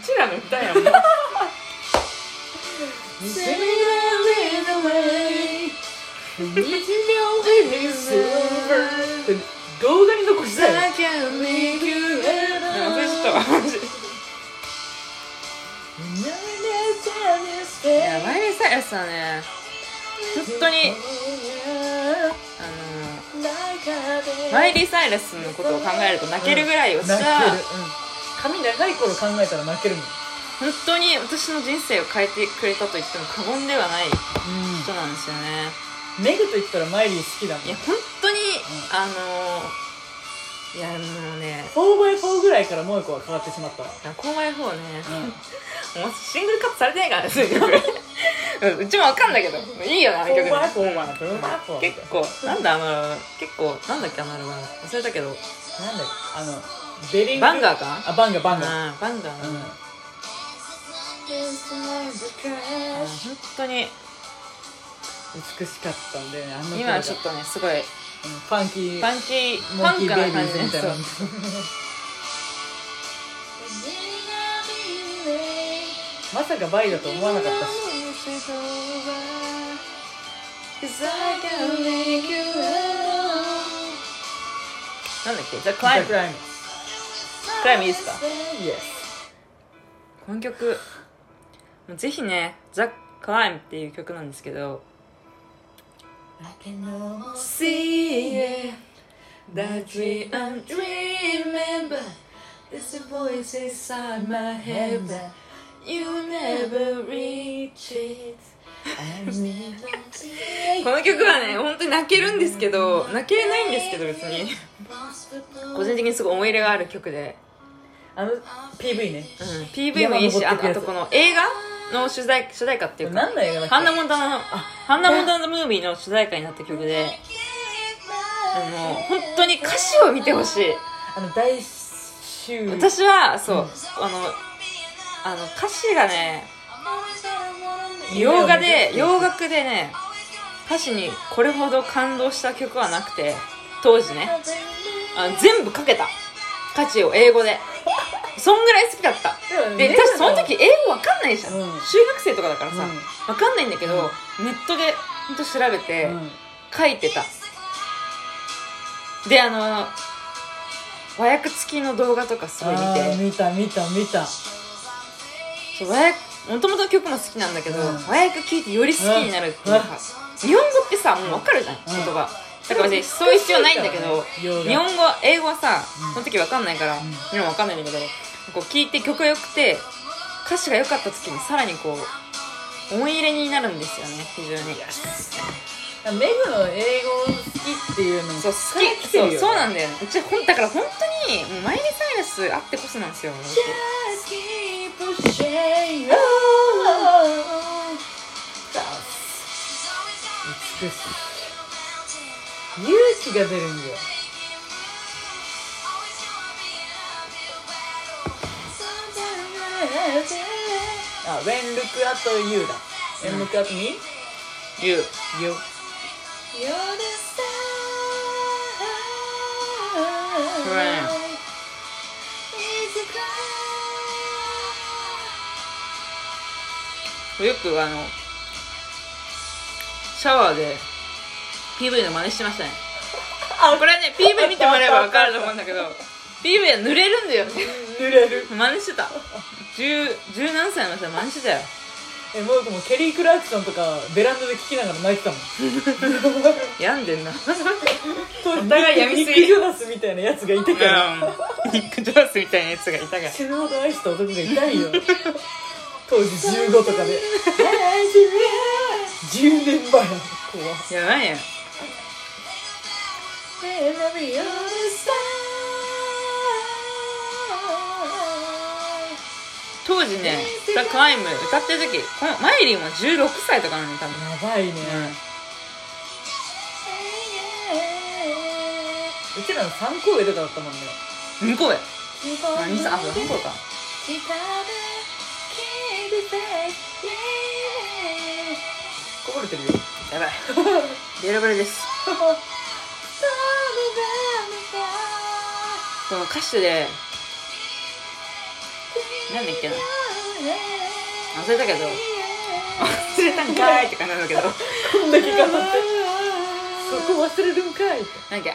Speaker 1: ちらの歌やもん
Speaker 2: 動画に残したいわ
Speaker 1: でも忘れちゃったわマジでいや、マイリー・サイラスはね、本当に、あの、マイリー・サイラスのことを考えると泣けるぐらいをした、
Speaker 2: 泣ける、うん、髪長い頃考えたら泣けるもん、
Speaker 1: 本当に私の人生を変えてくれたと言っても過言ではない人なんですよね。
Speaker 2: メグと言ったらマイリー好きだもん
Speaker 1: いや、本当に、あの、いや、もうね、
Speaker 2: 4x4 ぐらいから萌子は変わってしまったわ、
Speaker 1: この方ね、
Speaker 2: うん
Speaker 1: もうシングルカットされてないからね、そういう曲。うんうちもわかんないけど、いいよな、あの曲ね。
Speaker 2: フォーマーフォーマーフォーマー
Speaker 1: 結構、なんだ、あの、結構、なんだっけ、あのアルバム、忘れたけど、
Speaker 2: なんだっけあのベリング
Speaker 1: バンガーか
Speaker 2: あバンガーバンガー、
Speaker 1: あーバンガー
Speaker 2: う
Speaker 1: の
Speaker 2: ん、
Speaker 1: あー本当に
Speaker 2: 美しかったんでねあの
Speaker 1: 今はちょっとねすごい
Speaker 2: と、うんファンキー
Speaker 1: ファンキーフ
Speaker 2: モン
Speaker 1: ァ
Speaker 2: キ
Speaker 1: ン
Speaker 2: ー
Speaker 1: カ
Speaker 2: ベイ
Speaker 1: な
Speaker 2: ビ
Speaker 1: 感じ
Speaker 2: ーズ
Speaker 1: で
Speaker 2: みたい
Speaker 1: そ
Speaker 2: な
Speaker 1: う
Speaker 2: まさかバイだと思わなかったし
Speaker 1: なんだっけじゃあク
Speaker 2: ザ
Speaker 1: ライム
Speaker 2: クライム
Speaker 1: クライムいいですか
Speaker 2: イエス
Speaker 1: この曲もうぜひねザ・ク Climb っていう曲なんですけど
Speaker 2: I can almost
Speaker 1: See
Speaker 2: that we
Speaker 1: I'm dreaming but There's a voice inside my
Speaker 2: head, but
Speaker 1: You never reach it こ
Speaker 2: こ
Speaker 1: の曲はね本当に泣けるんですけど泣けないんですけど別に個人的にすごい思い入れがある曲で、
Speaker 2: あの PV ね
Speaker 1: うん、PV もいいしあ
Speaker 2: 山登っ
Speaker 1: とあと
Speaker 2: てくやつ
Speaker 1: この映画の主題主題歌っていうか
Speaker 2: 何の映画だっけ
Speaker 1: ハンナモンタナのハンナモンタナムービーの主題歌になった曲であの本当に歌詞を見てほしい
Speaker 2: あの大集
Speaker 1: 私はそう、あのあの歌詞がね洋画で洋楽でね歌詞にこれほど感動した曲はなくて当時ねあの全部かけた歌詞を英語でそんぐらい好きだったで私その時英語わかんないじゃん、
Speaker 2: うん
Speaker 1: 中学生とかだからさ、
Speaker 2: う
Speaker 1: わかんないんだけど、ネットでほんと調べて書いてた、であの和訳付きの動画とかすごい見て
Speaker 2: 見た見た見た
Speaker 1: そう和訳もともとの曲も好きなんだけど、
Speaker 2: うん
Speaker 1: 和訳聞いてより好きになるっていうか、日本語ってさもう分かるじゃん、言葉だから別にそういう必要ないんだけど
Speaker 2: 洋楽
Speaker 1: 日本語英語はさ、
Speaker 2: うん
Speaker 1: その時分かんないから、
Speaker 2: ん
Speaker 1: もちろん分かんないんだけどこう聞いて曲が良くて歌詞が良かった時にさらにこう思い入れになるんですよね非常に
Speaker 2: メグの英語好きっていうのも
Speaker 1: そう好き
Speaker 2: 来
Speaker 1: そ
Speaker 2: てるよ
Speaker 1: う
Speaker 2: ね
Speaker 1: そうなんだよねうちほんだから本当にもうマイリー・サイラスあってこそなんですよ本当
Speaker 2: Just keep pushing on. 美しい勇気が出るんだよあ、When Look at You だ When Look at Me?
Speaker 1: 言う
Speaker 2: You
Speaker 1: よくあのシャワーで PV の真似してましたねあこれはね PV 見てもらえば分かると思うんだけ ど PV は濡れるんだよね
Speaker 2: 濡れる
Speaker 1: 真似してた十十何歳の人は真似してたよ
Speaker 2: えもうもうケリー・クラークソンとかベランダで聞きながら泣いてたもん
Speaker 1: 病んでんな
Speaker 2: お
Speaker 1: 互いやみすぎ
Speaker 2: ニック・ジョナスみたいなやつがいてから
Speaker 1: うんニック・ジョナスみたいなやつがいたから
Speaker 2: 死ぬほど愛した男がいないよ 当時15とかで10年前怖
Speaker 1: やばいよ当時ね「ザ・クライム」歌ってる時このマイリーも16歳とかなのに多分
Speaker 2: やばいね、
Speaker 1: う
Speaker 2: うちらの3個上とかだったもんね
Speaker 1: ん向こうや何
Speaker 3: 何
Speaker 1: さあ
Speaker 3: さあ
Speaker 1: そ
Speaker 3: そうう
Speaker 1: 向こうか
Speaker 2: こぼれてるよ
Speaker 1: やば いベロベロですこの歌手でなんだっけな忘れたけど忘れたんかいって感じなんだけど
Speaker 2: こんだけ 頑張ってそこ忘れるんかいって
Speaker 1: なんか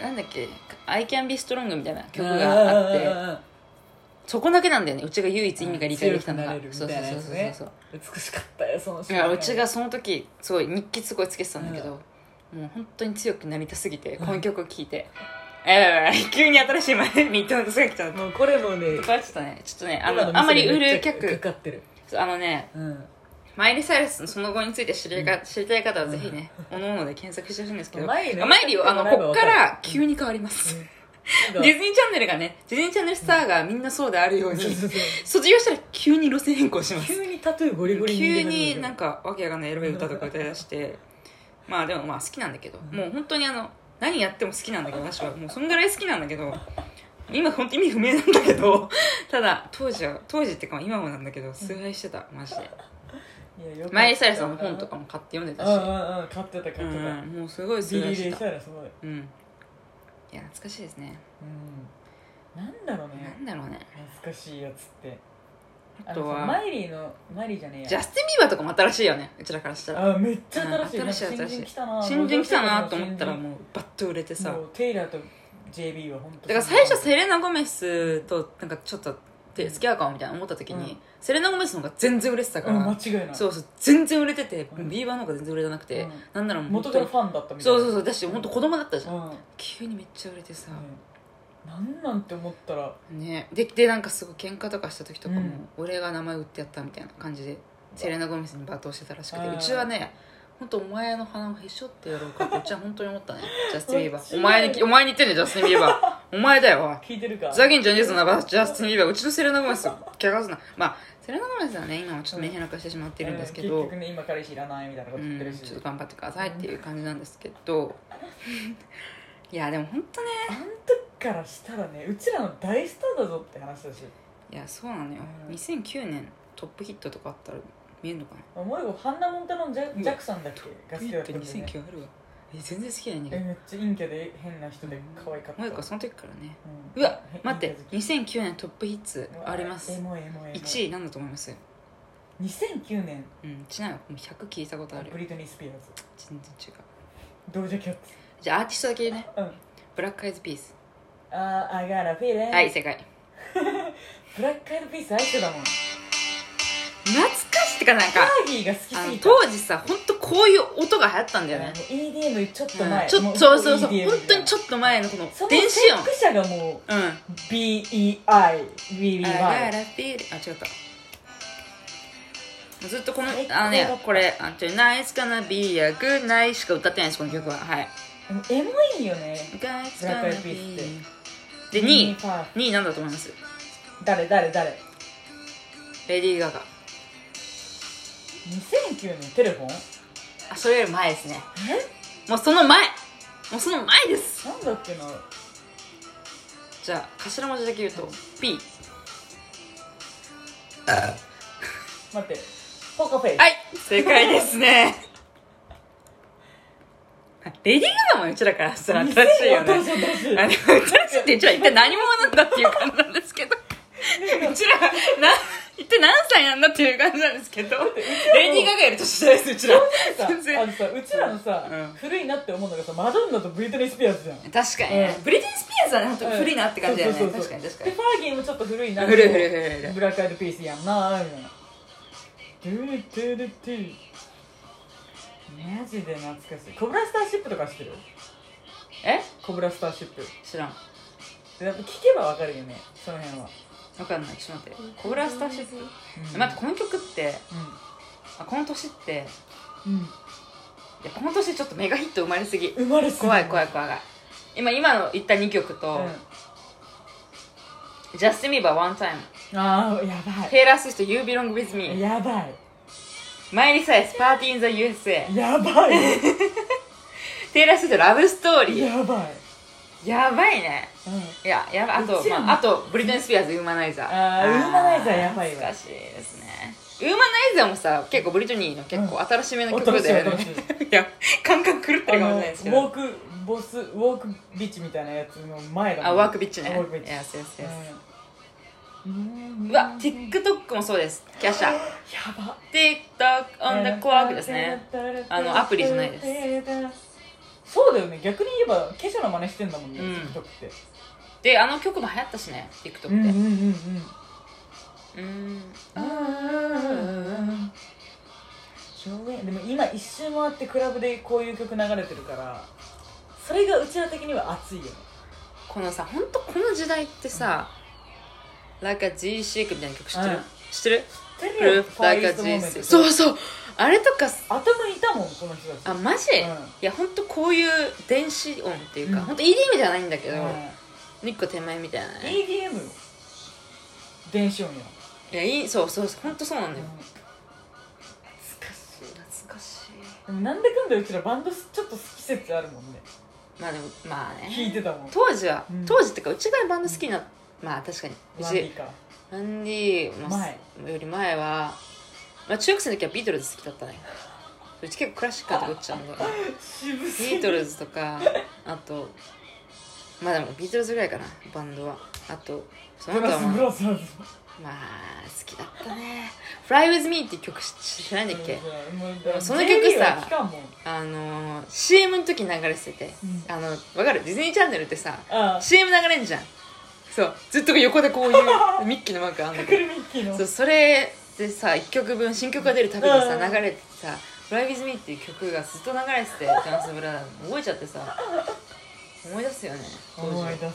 Speaker 1: なんだっけ「I can be strong」みたいな曲があって
Speaker 2: あ
Speaker 1: そこだけなんだよねうちが唯一意味が理解できたのが
Speaker 2: 強くなれるみ
Speaker 1: そう
Speaker 2: た
Speaker 1: そう
Speaker 2: い
Speaker 1: そう
Speaker 2: なやつ
Speaker 1: そう
Speaker 2: ね
Speaker 1: そう
Speaker 2: ー美しかったよその
Speaker 1: い
Speaker 2: 瞬
Speaker 1: や
Speaker 2: 間
Speaker 1: うちがその時すごい日記すごいつけてたんだけど、もう本当に強くなりたすぎてこの曲を聴いて、ええ急に新しいマネミッドのすが来たの
Speaker 2: もうこれもね
Speaker 1: これはちょっとねちょっとねあ
Speaker 2: 今の
Speaker 1: のあんまり売
Speaker 2: 店
Speaker 1: る
Speaker 2: にめっちゃ
Speaker 1: 客
Speaker 2: かかってる
Speaker 1: あのね
Speaker 2: うん
Speaker 1: マイリー・サイラスのその後について知りか、知りたい方はぜひね、おのおので検索してほしいんですけど、
Speaker 2: マイリーね
Speaker 1: マイリーはあの、
Speaker 2: わかれ
Speaker 1: こ
Speaker 2: ば
Speaker 1: っ
Speaker 2: わ
Speaker 1: か
Speaker 2: かる
Speaker 1: ら急に変わります。ディズニーチャンネルがね、ディズニーチャンネルスターがみんなそうであるように、
Speaker 2: そうそうそう
Speaker 1: 卒業したら急に路線変更します。
Speaker 2: 急にタトゥーゴリゴリ
Speaker 1: 急
Speaker 2: 入れられる
Speaker 1: になんかわけわかんないエロい歌とか歌いだして、 まあでもまあ好きなんだけど、もう本当にあの、何やっても好きなんだけど、私はもうそんぐらい好きなんだけど、今本当意味不明なんだけど、ただ当時は、当時ってか今もなんだけど、崇拝してた、マジで。
Speaker 2: いやよかった
Speaker 1: マイリー・サイラスの本とかも買って読んでた
Speaker 2: うんう
Speaker 1: し、
Speaker 2: んうん買ってた買っ
Speaker 1: う
Speaker 2: てた、
Speaker 1: ん、もうすごい
Speaker 2: ビ
Speaker 1: 好き
Speaker 2: リー・
Speaker 1: で
Speaker 2: レイ・
Speaker 1: し
Speaker 2: サ
Speaker 1: た
Speaker 2: イラスも
Speaker 1: うんいや懐かしいですね、
Speaker 2: うんなんだろう
Speaker 1: な
Speaker 2: ね
Speaker 1: んだろうね
Speaker 2: 懐かしいやつって
Speaker 1: あと
Speaker 2: の
Speaker 1: は
Speaker 2: さマイリーのマイリーじゃねえや
Speaker 1: ジャスティン・ビーバーとかも新しいよねうちらからしたら
Speaker 2: あめっちゃ新しい,、
Speaker 1: うん新しい
Speaker 2: なんか新人来たな
Speaker 1: 新人来たなと思ったらもうバッと売れてさ
Speaker 2: もうテイラーと JB は本当
Speaker 1: だから最初セレナ・ゴメスとなんかちょっとて付き合うかもみたいな思った時に、セレナ・ゴメスの方が全然売れてたか
Speaker 2: う
Speaker 1: ら、
Speaker 2: ん、間違いない
Speaker 1: そうそう全然売れてて、
Speaker 2: うん
Speaker 1: ビーバーの方が全然売れてなくて、
Speaker 2: うん
Speaker 1: なんならもう
Speaker 2: 元からファンだったみたい
Speaker 1: そ
Speaker 2: な
Speaker 1: うそうそううだし本当子供だったじゃん、
Speaker 2: ん、うん
Speaker 1: 急にめっちゃ売れてさ、
Speaker 2: なんなんて思ったら
Speaker 1: ねででなんかすごい喧嘩とかした時とかも、
Speaker 2: うん
Speaker 1: 俺が名前売ってやったみたいな感じでセレナ・ゴメスに罵倒してたらしくて
Speaker 2: あー
Speaker 1: うちはね本当お前の鼻をへし折ってやろうかってうちは本当に思った ねジャスティン・ビーバーお前にお前に言ってんねジャスティン・ビーバーお前だよおい
Speaker 2: 聞いてるか
Speaker 1: ふざけんじゃねえぞなばジャスティン・ビーバーうちのセレナ・ゴメスを怪我すなまあセレナ・ゴメスはね今はちょっと目減らしてしまってるんですけ
Speaker 2: うん
Speaker 1: ど、
Speaker 2: 結局ね今彼氏いらないみたいなこ
Speaker 1: う
Speaker 2: と言ってる
Speaker 1: ん、
Speaker 2: し、
Speaker 1: ちょっと頑張ってくださいっていう感じなんですけ どいやでも本当ね
Speaker 2: あん時からしたらねうちらの大スターだぞって話だし
Speaker 1: いやそうなのよ
Speaker 2: うん
Speaker 1: 2009年トップヒットとかあったら見えんのかな
Speaker 2: もう一個ハンナ・モンタナのジャジャクさんだっけが好
Speaker 1: トップ
Speaker 2: き
Speaker 1: ヒッ
Speaker 2: だった
Speaker 1: ト
Speaker 2: ん
Speaker 1: 2009あ
Speaker 2: だよね
Speaker 1: るわえ全然好きやねん
Speaker 2: え
Speaker 1: けど
Speaker 2: めっちゃ陰キャで変な人で可愛かった
Speaker 1: 萌香その時からね
Speaker 2: う
Speaker 1: うんわ待って
Speaker 2: 陰キャ
Speaker 1: 2009年トップヒッツ
Speaker 2: 好き
Speaker 1: ありま
Speaker 2: うわエ
Speaker 1: す
Speaker 2: モいエモいエモい
Speaker 1: 1位なんだと思います
Speaker 2: 2009年
Speaker 1: うんちなみに100聞いたことある
Speaker 2: ブリトニー・スピアーズ
Speaker 1: 全然違う
Speaker 2: ドージャ・キャッ
Speaker 1: じゃあアーティストだけ言うね
Speaker 2: ツうん
Speaker 1: ブラックアイズピース
Speaker 2: あー、I got a feeling
Speaker 1: はい正解
Speaker 2: ブラック・アイド・ピース愛してたもん
Speaker 1: 懐かしいってかなん
Speaker 2: カ
Speaker 1: か
Speaker 2: ーギーが好きす
Speaker 1: あの
Speaker 2: ぎた
Speaker 1: 当時さ本当こういう音が流行ったんだよね
Speaker 2: EDM ちょっと
Speaker 1: う
Speaker 2: 前
Speaker 1: んちょ
Speaker 2: も
Speaker 1: っとそうそうそう
Speaker 2: EDM
Speaker 1: 本当にちょっと前のこの
Speaker 2: その
Speaker 1: 電子音
Speaker 2: 作者がも
Speaker 1: うん
Speaker 2: う BEIBBY
Speaker 1: あラピールあ違ったずっとこの
Speaker 2: 最高
Speaker 1: あの
Speaker 2: だっ
Speaker 1: ね
Speaker 2: た
Speaker 1: これ「あちょ Nice gonna be a good night」しか歌ってないですこの曲ははい
Speaker 2: エモいよね
Speaker 1: 「Nice
Speaker 2: ブラックアイド
Speaker 1: gonna
Speaker 2: ピースっ
Speaker 1: be」で2位
Speaker 2: パー
Speaker 1: 2位なんだと思います
Speaker 2: 誰誰誰
Speaker 1: レディー・ガガ
Speaker 2: 2009年テレフォン
Speaker 1: あそれより前ですね
Speaker 2: え
Speaker 1: もうその前もうその前です
Speaker 2: なんだっけな
Speaker 1: じゃあ頭文字だけ言うと P
Speaker 2: 待ってポーカーフェイス
Speaker 1: はい正解です ねあレディー・ガガもうちらからしたら新しいよね
Speaker 2: どうぞどうぞ
Speaker 1: あの、うちらしって、うちら一体何者なんだっていう感じなんですけど。うちら、な、一体何歳なんだっていう感じなんですけど。レディー・ガガより年下です、うちら。
Speaker 2: さ
Speaker 1: 全然。
Speaker 2: あのさうちらのさ、
Speaker 1: うん
Speaker 2: 古いなって思うのがさマドンナとブリトニー・スピアーズじゃん
Speaker 1: 確かにね
Speaker 2: う。ん
Speaker 1: ブリティ・スピアーズはね、本当に古いなって感じだよ
Speaker 2: そ
Speaker 1: ね。
Speaker 2: うそうそ
Speaker 1: 確
Speaker 2: う
Speaker 1: かに確か
Speaker 2: で
Speaker 1: に。
Speaker 2: ファーギーもちょっと古いな
Speaker 1: 古い古い古い古い
Speaker 2: ブラックアイドピースやんなーみたいなドゥルドゥルドゥマジで懐かしいコブラスターシップとか知ってる
Speaker 1: え
Speaker 2: コブラスターシップ
Speaker 1: 知らん。
Speaker 2: でやっぱ聞けばわかるよねその辺は、
Speaker 1: わかんない。ちょっと待って。コブラスターシップ
Speaker 2: うん
Speaker 1: 待って、この曲って、あこの年って、
Speaker 2: うん、うん、
Speaker 1: いやこの年ちょっとメガヒット生まれすぎ。
Speaker 2: 生まれすぎ
Speaker 1: 怖い怖い怖い怖い。今、今の言った2曲と、ジャスティン・ビーバー、ワンタイム。
Speaker 2: うん、ああやば
Speaker 1: テイラー・スウィフト、You Belong With Me
Speaker 2: い。やばい
Speaker 1: マイリー・サイス、パーティー・イン・ザ・ USA。
Speaker 2: やばい
Speaker 1: テイラー・スウィフト、ラブストーリー。
Speaker 2: やばい、
Speaker 1: やばいね。
Speaker 2: うん、
Speaker 1: いや、やばあ
Speaker 2: う
Speaker 1: と、
Speaker 2: ちらも
Speaker 1: まあ、あと、ブリテン・スピアーズ、ウーマナイザー。
Speaker 2: あーウーマナイザーやばいわ
Speaker 1: 難しいですね。ウーマナイザーもさ、結構ブリトニーの結構新しめの曲だよ
Speaker 2: 新
Speaker 1: ね
Speaker 2: しい。
Speaker 1: いや、感覚狂って
Speaker 2: あ
Speaker 1: るかもし
Speaker 2: の
Speaker 1: れな
Speaker 2: ウ
Speaker 1: い
Speaker 2: ォ
Speaker 1: ですけど
Speaker 2: ー。クボスウォークビッチみたいなやつの前だもん
Speaker 1: あ、ワークビッチね。
Speaker 2: あワークビッチ
Speaker 1: Yes, yes, yes
Speaker 2: うん
Speaker 1: うわ、TikTok もそうです。キャシャ。
Speaker 2: やば
Speaker 1: TikTok on the clock ですね。あのアプリじゃない
Speaker 2: ですそうだよね逆に言えばケシャの真似してんだもんね、
Speaker 1: うん
Speaker 2: TikTok って
Speaker 1: で、あの曲も流行ったしね、TikTok で。
Speaker 2: ん
Speaker 1: うーん。
Speaker 2: うん少年でも今一周回ってクラブでこういう曲流れてるからそれがうちら的には熱いよね
Speaker 1: このさ本当この時代ってさ「Like a G s h a k みたいな曲知ってる、
Speaker 2: うん
Speaker 1: 知ってる?
Speaker 2: テ
Speaker 1: 「
Speaker 2: レビ
Speaker 1: Proof Like a G Shake」そうそうあれとかす
Speaker 2: 頭いたもんこの人たち
Speaker 1: あマジ、
Speaker 2: ん
Speaker 1: いや本当こういう電子音っていうか、
Speaker 2: うん
Speaker 1: 本当 EDM じゃないんだけ
Speaker 2: う
Speaker 1: ど、
Speaker 2: ん
Speaker 1: 一個手前みたいなね
Speaker 2: EDM よ電子音
Speaker 1: い
Speaker 2: や
Speaker 1: やいいそうそうそう本当そうなんだよ、
Speaker 2: 懐かしい
Speaker 1: 懐かしい
Speaker 2: でもなんだかんだうちらバンドちょっと好き説あるもんね
Speaker 1: まあでもまあ
Speaker 2: 聞い
Speaker 1: ね
Speaker 2: てたもん
Speaker 1: 当時は、
Speaker 2: うん
Speaker 1: 当時ってかうちがバンド好きな、まあ確かにう
Speaker 2: ワンデ
Speaker 1: ち
Speaker 2: ィか
Speaker 1: アンディの
Speaker 2: 前
Speaker 1: より前は、まあ、中学生の時はビートルズ好きだったねうち結構クラシックとかどっちゃうんだよ
Speaker 2: 渋す
Speaker 1: ビ
Speaker 2: ぎ
Speaker 1: ートルズとかあとまあでもビートルズぐらいかなバンドはあとその
Speaker 2: ブ
Speaker 1: 他
Speaker 2: ラ
Speaker 1: は
Speaker 2: スブ
Speaker 1: まあ
Speaker 2: ラスブラス
Speaker 1: 好きだったね「Fly with Me」っていう曲知知らないんだっけその曲さ
Speaker 2: 期間もん
Speaker 1: あのー CM の時流れてて、
Speaker 2: うん
Speaker 1: あのわかるディズニーチャンネルってさ
Speaker 2: あ
Speaker 1: CM 流れんじゃんそうずっと横でこ ういうミッキーのマークあんだけ
Speaker 2: るミッキー
Speaker 1: ど
Speaker 2: の
Speaker 1: そうそれでさ1曲分新曲が出るたびにさ
Speaker 2: うん
Speaker 1: 流れてさ「Fly with me」っていう曲がずっと流れててダンスブラザーズの覚えちゃってさ思い出すよね当時
Speaker 2: 思い出す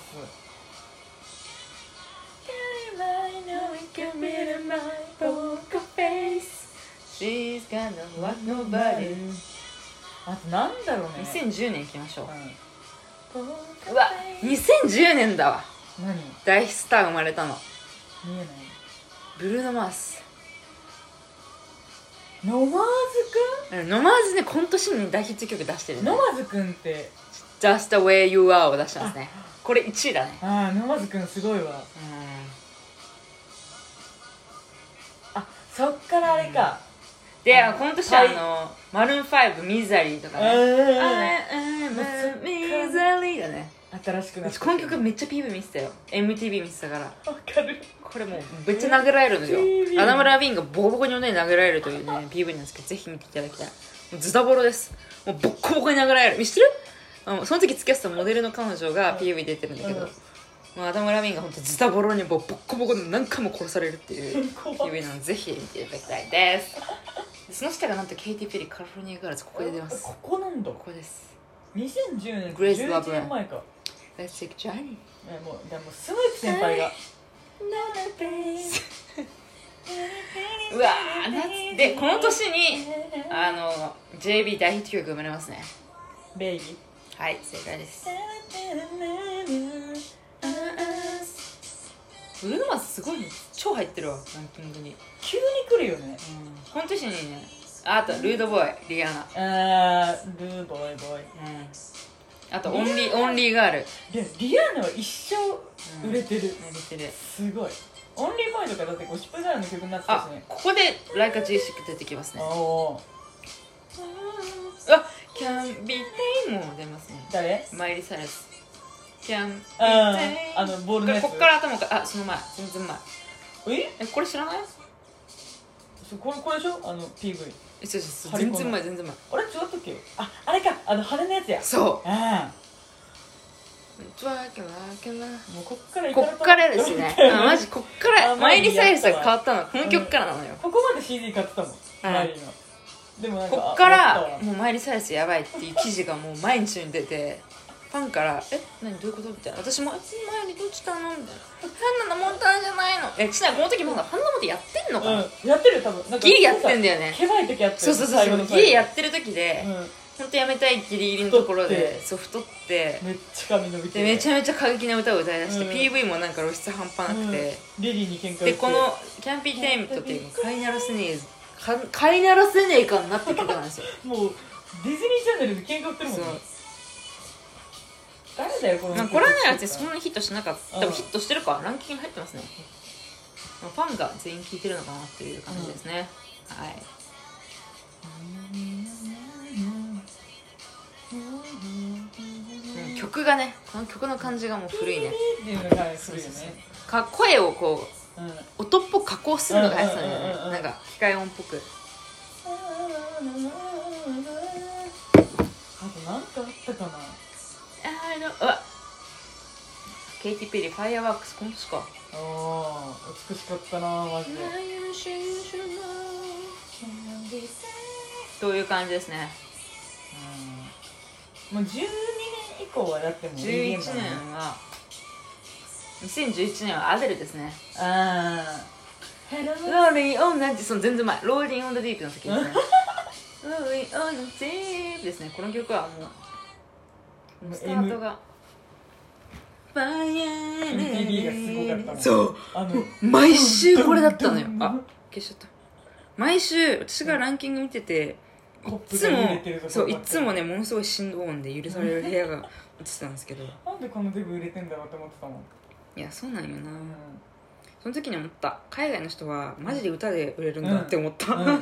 Speaker 1: She's gonna want nobody
Speaker 2: あとなんだろうね
Speaker 1: 2010年いきましょう
Speaker 2: う
Speaker 1: うわ2010年だわ
Speaker 2: 何
Speaker 1: 大スター生まれたの
Speaker 2: 見えない
Speaker 1: ブルーノ・マース
Speaker 2: ノマーズ
Speaker 1: うんノマーズねこの年に大ヒット曲出して
Speaker 2: く
Speaker 1: る
Speaker 2: ん
Speaker 1: ね
Speaker 2: ノマーズくんって
Speaker 1: 「Just the way you are」を出したんですねこれ1位だね
Speaker 2: ああノマーズくんすごいわ
Speaker 1: うん
Speaker 2: あそっからあれか
Speaker 1: で
Speaker 2: あの
Speaker 1: この年は
Speaker 2: は
Speaker 1: あ
Speaker 2: い
Speaker 1: のマルーン5「ミザリー」とか
Speaker 2: う
Speaker 1: ね「
Speaker 2: ん
Speaker 1: I'm a- I'm a misery だね
Speaker 2: 新しくな
Speaker 1: う
Speaker 2: っ
Speaker 1: ち
Speaker 2: た
Speaker 1: この曲めっちゃ PV 見てたよ MTV 見てたから
Speaker 2: わかる
Speaker 1: これもうめっちゃ殴られるんですよ
Speaker 2: PV
Speaker 1: アダム・ラビーンがボコボコに女に殴られるというね PV なんですけどぜひ見ていただきたいもうズタボロですもうボッコボコに殴られる見してるあのその時付き合ってたモデルの彼女が PV 出てるんだけど、
Speaker 2: うん
Speaker 1: もうアダム・ラビーンが本当ズタボロにもうボッコボコに何回も殺されるっていう
Speaker 2: 怖
Speaker 1: PV なのでぜひ見ていただきたいですでその下がなんとケイティ・ペリーカリフォルニア・ガールズここで出ますこ
Speaker 2: ここなんだ
Speaker 1: こです
Speaker 2: 2010年
Speaker 1: Grace
Speaker 2: 11
Speaker 1: Love
Speaker 2: 年前か
Speaker 1: Let's take Johnny
Speaker 2: ねもうでもスヌープ先輩が
Speaker 1: うわー夏でこの年にあの JB 大ヒット曲が生まれますね
Speaker 2: ベイビー
Speaker 1: はい正解ですブルーノマーズすごい超入ってるわランキングに、うん、
Speaker 2: 急に来るよね
Speaker 1: この年にねああとルードボーイリアナ、
Speaker 2: あールーボーイボーイ
Speaker 1: うん、あとオンリーオンリーガール、うん、
Speaker 2: でリアーナは一生売れてる、
Speaker 1: てる
Speaker 2: すごいオンリーボーイとかだってゴシップガールの曲になってたし
Speaker 1: あ
Speaker 2: ね
Speaker 1: ここで「ライカ・ジェイシック」出てきますねあ
Speaker 2: おー
Speaker 1: キャンビテイも出ますね
Speaker 2: 誰
Speaker 1: マイリー・サイラスキャンビ
Speaker 2: うん
Speaker 1: テイ
Speaker 2: あのボールのやつ
Speaker 1: こっから頭からあその前全然前
Speaker 2: え
Speaker 1: えこれ知らない
Speaker 2: そこれこれでしょあの PV
Speaker 1: えそうそうそう
Speaker 2: 張り込
Speaker 1: 全
Speaker 2: む
Speaker 1: 然前全然前
Speaker 2: あれ違ったっけああれかあの羽のやつや
Speaker 1: そ
Speaker 2: あ
Speaker 1: うわけわけわ
Speaker 2: あもうこっから
Speaker 1: こっからですね。あマジこっから
Speaker 2: あ
Speaker 1: マ
Speaker 2: マ
Speaker 1: イ
Speaker 2: イ
Speaker 1: リ
Speaker 2: リ
Speaker 1: ー・
Speaker 2: ー
Speaker 1: サ
Speaker 2: サ
Speaker 1: イ
Speaker 2: イ
Speaker 1: ラスが
Speaker 2: ラスが
Speaker 1: 変わったのこの曲からなのよ。
Speaker 2: ここまで CD 買ってたもん、マイリーのでもなんか
Speaker 1: こっから
Speaker 2: あ
Speaker 1: もうマイリー・サイラスやばいっていう記事がもう毎日に出て。ファンから「え何どういうこと?」みたいな私も「え前にどっちたの?」みたいな「変なのモンターじゃないの」えちなみにこの時まだファンのことやってんのかな、
Speaker 2: うんやってるよ多分なんか
Speaker 1: ギリやってんだよね
Speaker 2: ケバい時あったよ
Speaker 1: そうそうそう
Speaker 2: 最
Speaker 1: そ
Speaker 2: 後の
Speaker 1: う
Speaker 2: 最後
Speaker 1: 家やってる時で、ほ
Speaker 2: う
Speaker 1: ん、
Speaker 2: ん
Speaker 1: 本当やめたいギリギリのところ
Speaker 2: 太っ
Speaker 1: で
Speaker 2: て
Speaker 1: そう太って
Speaker 2: めっちゃ髪伸びて
Speaker 1: でめちゃめちゃ過激な歌を歌いだして、
Speaker 2: うん
Speaker 1: PV もなんか露出半端なくて、
Speaker 2: うんリリーに喧嘩売って
Speaker 1: でこの「キャンピータイム」とっていう飼いならせねえか飼いならせねえかになってきたんですよ
Speaker 2: もうディズニーチャンネ ルで喧嘩売ってるもんね
Speaker 1: そ
Speaker 2: 誰だよこの
Speaker 1: うまあこれはね私そんなにヒットしなかった
Speaker 2: うん
Speaker 1: でもヒットしてるかランキングに入ってますねまあファンが全員聴いてるのかなっていう感じですね、はいうん曲がねこの曲の感じがもう古いね
Speaker 2: っていうのが古いよね
Speaker 1: か声をこ
Speaker 2: うん
Speaker 1: う音っぽく加工するのが流行ってたんだ
Speaker 2: うんうんうん
Speaker 1: よね
Speaker 2: うん
Speaker 1: なんか機械音っぽく
Speaker 2: あと何かあったかな
Speaker 1: あのうわケイティ・ペリー「ファイアワークス」今年か
Speaker 2: あー美しかったなマジで
Speaker 1: という感じですね
Speaker 2: うんもう12年以降はだってもう
Speaker 1: 11年
Speaker 2: ね
Speaker 1: は2011年はアデルですね
Speaker 2: ああヘロ
Speaker 1: ローリンオンなんてその全然前ローリンオンダディープの時ですねローリンオンダディープですねこの曲はもうスタートが
Speaker 2: MTV がすごかったもん
Speaker 1: そう
Speaker 2: あの
Speaker 1: 毎週これだったのよ
Speaker 2: ドンドン
Speaker 1: あ消しちゃった毎週私がランキング見てて、
Speaker 2: コ
Speaker 1: い
Speaker 2: ップ
Speaker 1: つ
Speaker 2: が揺れ
Speaker 1: も
Speaker 2: てるとこ
Speaker 1: そう
Speaker 2: ろ
Speaker 1: い
Speaker 2: ばっかり
Speaker 1: つもねものすごい振動音で許される部屋が映ってたんですけど
Speaker 2: なんでこのデブ売れてんだろうって思ってたもん、
Speaker 1: いやそうなんよな
Speaker 2: う
Speaker 1: その時に思った海外の人はマジで歌で売れるんだって思った、
Speaker 2: んうん、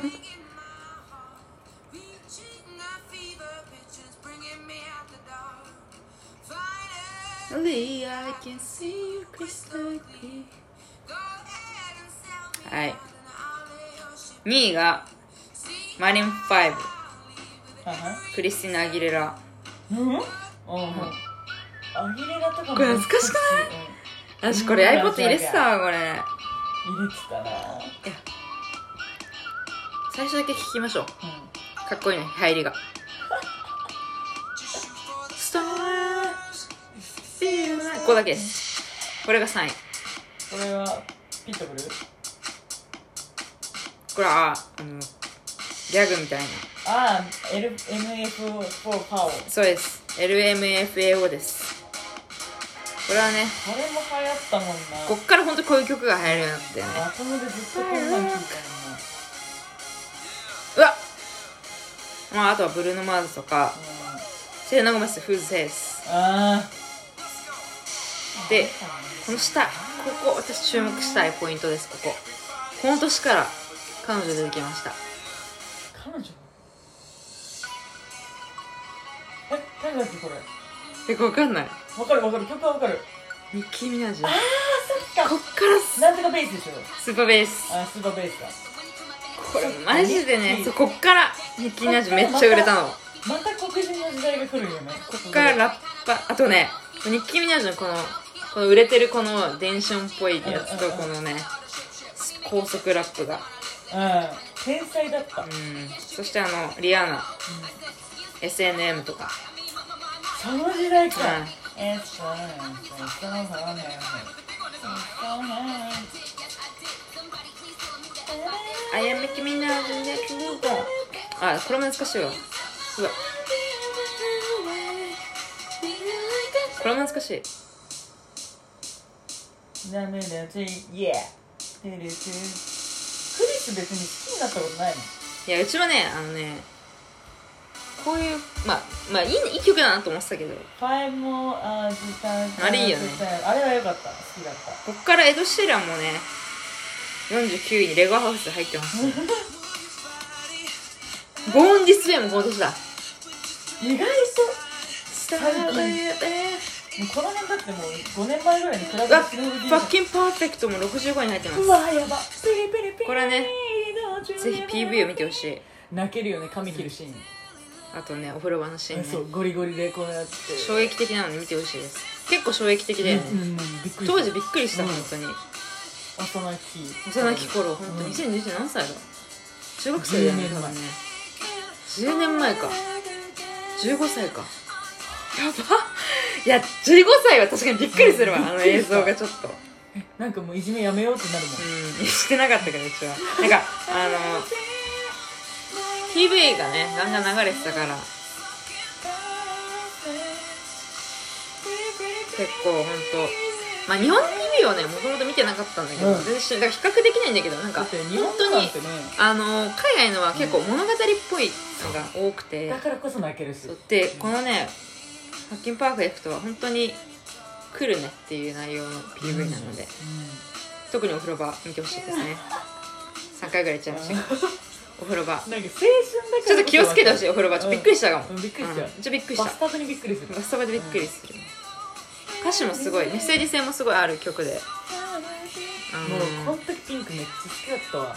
Speaker 1: Only I can see you crystally はい2位がマリン5
Speaker 2: あは
Speaker 1: クリスティーナ・アギレラ
Speaker 2: うんうんアギレラとかも
Speaker 1: これ懐かしく
Speaker 2: い、
Speaker 1: 私これ iPod 入れてたわこれ
Speaker 2: 入れてたな
Speaker 1: 最初だけ聞きましょうかっこいいね入りがスターここだけですこれが3位
Speaker 2: これはピッとくる
Speaker 1: これはああのギャグみたいな
Speaker 2: ああ NF4 パオこ
Speaker 1: そうです LMFAO ですこれはね
Speaker 2: れも流行ったもんな
Speaker 1: こっから本当こういう曲が流行るようになってね
Speaker 2: 若者でずっとこんなん聞いたもんな
Speaker 1: うわまああとはブルーノ・マーズとか
Speaker 2: うん
Speaker 1: セレナ・ゴメスフーズ・セイス
Speaker 2: あ
Speaker 1: でこの下ここ私注目したいポイントですこここの年から彼女出てきました
Speaker 2: あ彼女え誰だっけこれ
Speaker 1: えわかんない
Speaker 2: わかるわかる曲はわかる
Speaker 1: ニッキー・ミナージュ
Speaker 2: そっ
Speaker 1: こっからス
Speaker 2: なんとかベースでしょ
Speaker 1: スーパーベース
Speaker 2: あスーパーベースだ
Speaker 1: これマジでねそうこっからニッキー・ミナージュめっちゃ売れたのこ
Speaker 2: また黒人の時代が来るよねこ
Speaker 1: っからラッパあとねニッキー・ミナージュのこのこの売れてるこの電子音っぽいやつとこのね高速ラップが
Speaker 2: うん天才だった
Speaker 1: うんそしてあのリアーナ、SNM とか
Speaker 2: その時代か
Speaker 1: うん
Speaker 2: えそうなんだそうなんだそうなんだそうなんだ
Speaker 1: I am making me now the next mover あこれも懐かしいわうわこれも懐かしい
Speaker 2: 涙つい Yeah てるてるクリス別に好きになったことないもん
Speaker 1: いやうちはねあのねこういうまあまあいいいい曲だなと思ってたけど
Speaker 2: ファイブもあー時間
Speaker 1: あれいいよね
Speaker 2: あれは良かった好きだった
Speaker 1: こっからエド・シーランもね49位にレゴハウス入ってますボーン・ディスウェイもこの年だ
Speaker 2: 意外ともうこの辺だってもう5年前ぐらいに比べて
Speaker 1: わ
Speaker 2: スヌーブディー
Speaker 1: バッキンパーフェクトも65位に入ってます
Speaker 2: うわやばピリピリピリ
Speaker 1: これねぜひ PV を見てほしい
Speaker 2: 泣けるよね髪切るシーン、
Speaker 1: あとねお風呂場のシーンね
Speaker 2: そうゴリゴリでこうやって
Speaker 1: 衝撃的なので見てほしいです結構衝撃的で、
Speaker 2: うんうんびっくりした
Speaker 1: 当時びっくりした
Speaker 2: うん
Speaker 1: 本当に
Speaker 2: 幼き
Speaker 1: 幼き頃本当
Speaker 2: うん
Speaker 1: に2020年何歳だ中学生だよね
Speaker 2: 10
Speaker 1: 多分ね10年
Speaker 2: 年前
Speaker 1: 前か15歳かやばいや15歳は確かにびっくりするわ
Speaker 2: うん
Speaker 1: あの映像がちょっとう
Speaker 2: なんかもういじめやめようってなるもん、
Speaker 1: んしてなかったけどうちはなんかあの PV がねガンガン流れてたから結構本当まあ日本 TV をねもともと見てなかったんだけど、
Speaker 2: うん
Speaker 1: 全然知らだから比較できないんだけどなん
Speaker 2: だ
Speaker 1: か
Speaker 2: って
Speaker 1: 本
Speaker 2: 日本
Speaker 1: 当
Speaker 2: なん
Speaker 1: に
Speaker 2: てね
Speaker 1: あの海外のは結構物語っぽいのが多くて、
Speaker 2: だからこそ泣けるし
Speaker 1: そうでこのね「ハッキンパーフェクト」は本当に来るねっていう内容の PV なので、特にお風呂場見てほしいです ね3回ぐらい言っちゃいましたけどお風呂場
Speaker 2: うんなんか青春だから
Speaker 1: ちょっと気をつけてほしいお
Speaker 2: よ
Speaker 1: 風呂場ちょっとびっくりしたかも、
Speaker 2: うんびっくりした
Speaker 1: うんちょっとびっくりした
Speaker 2: バスタブにびっくりする
Speaker 1: バスタバでびっくりする、歌詞もすごいメッセージ性もすごいある曲で、あ
Speaker 2: もうこ
Speaker 1: の
Speaker 2: の時ピンクめっちゃ好きだったわ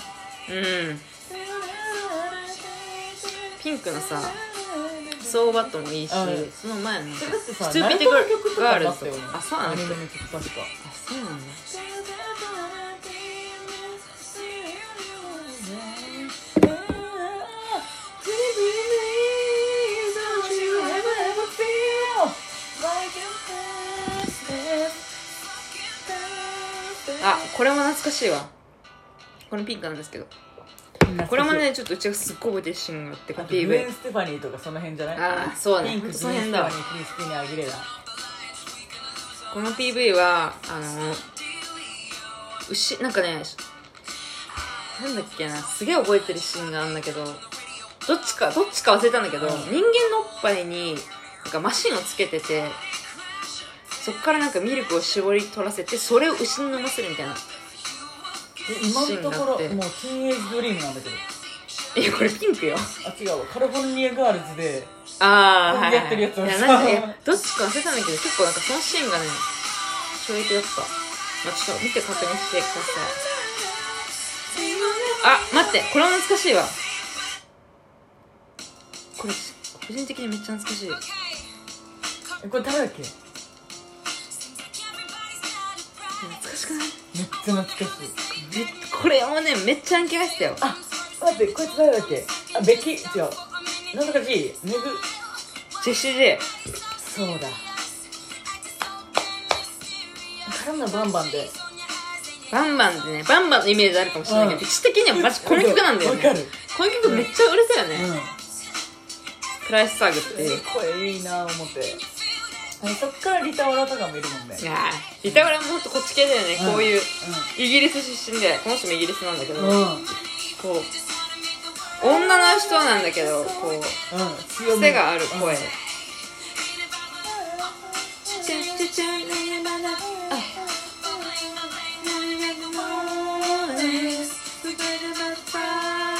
Speaker 1: うんピンクのさ「ソーバット」もいいし、
Speaker 2: うん
Speaker 1: その前の「
Speaker 2: それだってさ
Speaker 1: ストゥーピッ
Speaker 2: ナルト
Speaker 1: ド
Speaker 2: の曲と
Speaker 1: ガ
Speaker 2: か
Speaker 1: ール
Speaker 2: だっ
Speaker 1: ズ
Speaker 2: たよね」
Speaker 1: あそうな
Speaker 2: ア
Speaker 1: んだ
Speaker 2: ニメ
Speaker 1: あ
Speaker 2: の曲確か
Speaker 1: そうなんだあこれも懐かしいわこのピンクなんですけどこれもねちょっとうちがすっごい覚えてるシーンがあって
Speaker 2: あとグレ
Speaker 1: PV
Speaker 2: ン・ステファニーとかその辺じゃない
Speaker 1: あーそうね
Speaker 2: ピンク、
Speaker 1: そ
Speaker 2: グ
Speaker 1: の
Speaker 2: レン・
Speaker 1: 辺
Speaker 2: ステ
Speaker 1: だ
Speaker 2: ファ
Speaker 1: わ
Speaker 2: ニー、クリスティーナ・アギレラ
Speaker 1: この PV はあの牛なんかねなんだっけなすげえ覚えてるシーンがあるんだけどどっちかどっちか忘れたんだけど、
Speaker 2: うん
Speaker 1: 人間のおっぱいになんかマシンをつけててそっからなんかミルクを絞り取らせてそれを牛に飲ませるみたいな
Speaker 2: で今のとこ
Speaker 1: シーン
Speaker 2: ろ
Speaker 1: があって
Speaker 2: もうティーンエイジドリームなんだけど
Speaker 1: いやこれピンクよ
Speaker 2: あ違うわカルフォルニアガールズで
Speaker 1: ああ、はいはい、
Speaker 2: やってるやつ
Speaker 1: いやなんかいやどっちか忘れたんだけど結構なんかそのシーンがね衝撃だった、まあ、ちょっと見て確認してくださいあ待ってこれも難しいわこれ個人的にめっちゃ難しい
Speaker 2: えこれ誰だっけ
Speaker 1: しくない
Speaker 2: めっちゃ懐かしい
Speaker 1: めこれもねめっちゃ暗記がしてたよ
Speaker 2: あ待ってこいつ誰だっけあベッキー違う懐かしいめぐ
Speaker 1: ジェシー・ジェ
Speaker 2: そうだからのバンバンで
Speaker 1: バンバンでねバンバンのイメージあるかもしれないけど、
Speaker 2: うん
Speaker 1: 位置的にはマジこの曲なんだよ
Speaker 2: わか
Speaker 1: ね
Speaker 2: る
Speaker 1: この曲めっちゃ売れたよね、
Speaker 2: うん
Speaker 1: クライス・サーグっていう
Speaker 2: 声いいな思ってあそっからリタオラとかもいるもんね
Speaker 1: いやー板倉もほんとこっち系だよね、
Speaker 2: うん
Speaker 1: こういうイギリス出身でこの人もイギリスなんだけど、
Speaker 2: うんうんうん
Speaker 1: こう女の人なんだけどこう
Speaker 2: 強み
Speaker 1: 癖がある声、
Speaker 2: うん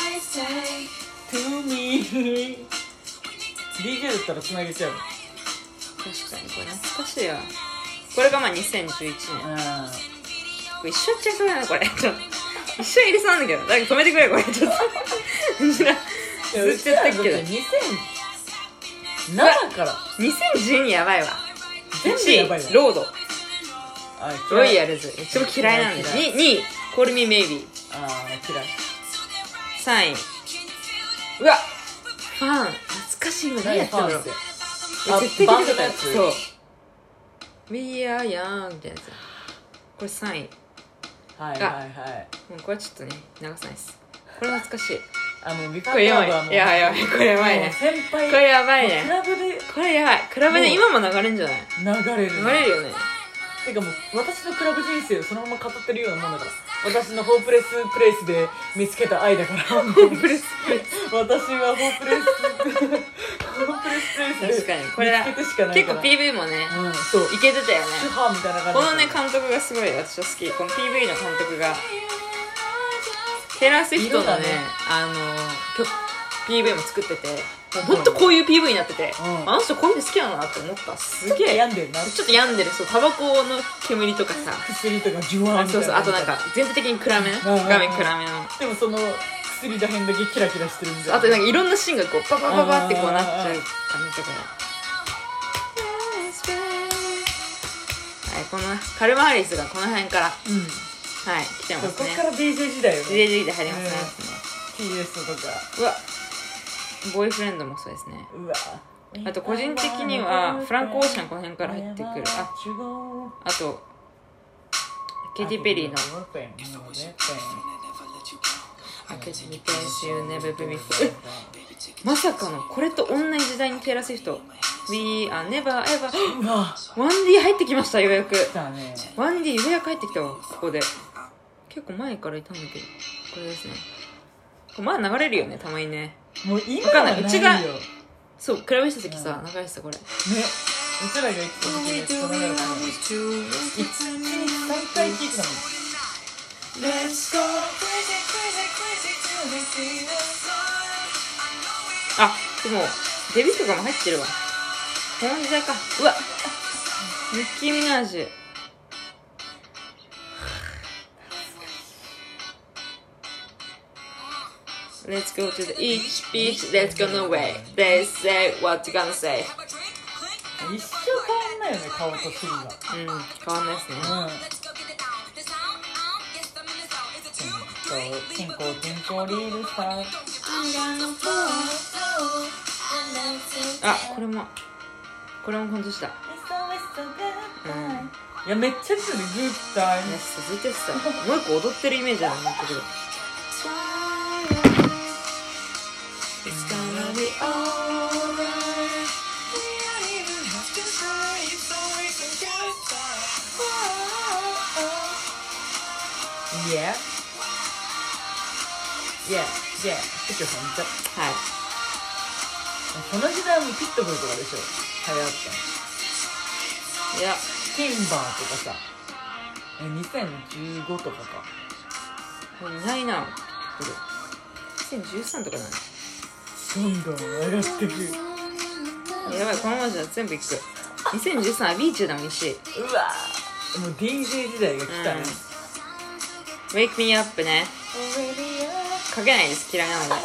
Speaker 2: トゥーミー DJ だったらつなげちゃう
Speaker 1: 確かにこれ懐かしいわこれがまあ2011年
Speaker 2: う
Speaker 1: これ一生やっちゃいそうだなこれちょっと一生入れそうなんだけどなんか止めてくれこれちょっとず
Speaker 2: ん
Speaker 1: っとやってっけど
Speaker 2: 2007から
Speaker 1: 2012やばいわ
Speaker 2: 全部やばい
Speaker 1: 1
Speaker 2: わ
Speaker 1: 位ロード
Speaker 2: あ
Speaker 1: ロイ
Speaker 2: 嫌
Speaker 1: ヤ
Speaker 2: い
Speaker 1: ル ズ一番嫌いなんだよ
Speaker 2: 嫌
Speaker 1: 2位コールミーメイビー
Speaker 2: あー嫌い
Speaker 1: 3位うわファン懐かしいの何やったんだろう
Speaker 2: あ
Speaker 1: 絶対
Speaker 2: バ
Speaker 1: 聞い
Speaker 2: ン
Speaker 1: て
Speaker 2: ド
Speaker 1: た
Speaker 2: の
Speaker 1: や
Speaker 2: や
Speaker 1: つ
Speaker 2: つ
Speaker 1: そう「We are young」みたいなやつこれ3位
Speaker 2: はいはいはい
Speaker 1: うんこれちょっとね流さないですこれ懐かしい
Speaker 2: あのビフォ
Speaker 1: これや
Speaker 2: ーカ
Speaker 1: ば
Speaker 2: ーブはも
Speaker 1: いういややばいこれやばい
Speaker 2: もう
Speaker 1: ね
Speaker 2: 先輩
Speaker 1: これやばいね
Speaker 2: もうクラブで
Speaker 1: これやばいクラブで
Speaker 2: もう
Speaker 1: 今も流れるんじゃない
Speaker 2: 流れる
Speaker 1: 流れる よね
Speaker 2: てかもう私のクラブ人生をそのまま語ってるようなもんだから私のホープレスプレイスで見つけた愛だからホープレス私はホープレスホープレスプレイス
Speaker 1: 確か
Speaker 2: で
Speaker 1: にこれだ
Speaker 2: 見つけ
Speaker 1: 結
Speaker 2: てしかないか
Speaker 1: 構
Speaker 2: ら
Speaker 1: PV もね
Speaker 2: 構うんそう
Speaker 1: いけてたよね
Speaker 2: 主犯みたいな感じ
Speaker 1: このね監督がすごい私は好きこの PV の監督がテイラー・スウィフト
Speaker 2: 色
Speaker 1: の
Speaker 2: だ
Speaker 1: ね
Speaker 2: ね
Speaker 1: あの曲 PV も作っててほんとこういう PV になってて、
Speaker 2: うん
Speaker 1: あの人こういうの好きなのなって思ったすげえ
Speaker 2: 病んでるな
Speaker 1: ちょっと病んでるそうタバコの煙とかさ
Speaker 2: 薬とかジュワーみ
Speaker 1: そ
Speaker 2: たいうな
Speaker 1: そうあとなんか全体的に暗めね
Speaker 2: うんうんうん
Speaker 1: 画面暗めの
Speaker 2: でもその薬らへんだけキラキラしてるみたいな
Speaker 1: あとなんかいろんなシーンがこうパパパパってこうなっちゃう感じとかはいこのカルマハリスがこの辺からは
Speaker 2: うん
Speaker 1: い来てま
Speaker 2: そう
Speaker 1: す
Speaker 2: こ
Speaker 1: ね
Speaker 2: っから DJ 時代よね
Speaker 1: JG で入りますね、
Speaker 2: TS とか
Speaker 1: うわボーイフレンドもそうですね
Speaker 2: うわ
Speaker 1: あと個人的にはフランク・オーシャンこの辺から入ってくるあ
Speaker 2: あ
Speaker 1: あとケイティ・ペリーの「I could be best you never be before え」まさかのこれと同じ時代にテイラー・スウィフト「We are never ever
Speaker 2: うわ
Speaker 1: ワンディ入ってきましたようやく
Speaker 2: 来たね
Speaker 1: ワンディようやく入ってきたわここで結構前からいたんだけどこれですねこれまだ流れるよねたまにね
Speaker 2: もう今
Speaker 1: わかん
Speaker 2: は
Speaker 1: な
Speaker 2: ないいう
Speaker 1: ちが
Speaker 2: よね
Speaker 1: そう比べした時さ流れてたこれ
Speaker 2: うちらが行った時にこの中で一日に3回聞いてたもん
Speaker 3: Let's go crazy, crazy, crazy till we see the sun.
Speaker 1: あでもデビューとかも入ってるわこの時代かうわミッキー・ミナージュ「Let's go to the each beach let's go no way they say what you gonna say
Speaker 3: Have a drink, click,
Speaker 2: 一生変わんないよね顔と尻」
Speaker 1: うん変わんないですね
Speaker 2: がうん
Speaker 3: let's go get it on. The sound, um, yes, I'm in the zone. Is it
Speaker 2: そう
Speaker 3: you?
Speaker 2: 健康健康リールさ
Speaker 3: I'm gonna fall. I'm gonna sing.
Speaker 1: あこれもこれもほんとした
Speaker 2: いやめっちゃいいよねグッタイ
Speaker 1: ね続いてさもう一個踊ってるイメージあるんだけど
Speaker 3: It's gonna be alright. We don't even have to hurry, so we can get by.
Speaker 2: ム
Speaker 3: Oh,
Speaker 2: Yeah Yeah Yeah ちょっと本当
Speaker 1: はい
Speaker 2: この時代はもうピットブルとかでしょ流行ったの
Speaker 1: いや
Speaker 2: ティンバーとかさえ2015とかか
Speaker 1: もういないな2013とかだね
Speaker 2: どんどん上がってくる
Speaker 1: やばいこのままじゃ全部いく2013はビーチューだもんし
Speaker 2: うわーもう DJ 時代が来たね、
Speaker 1: 「Wake Me Up」ねかけないです嫌いなので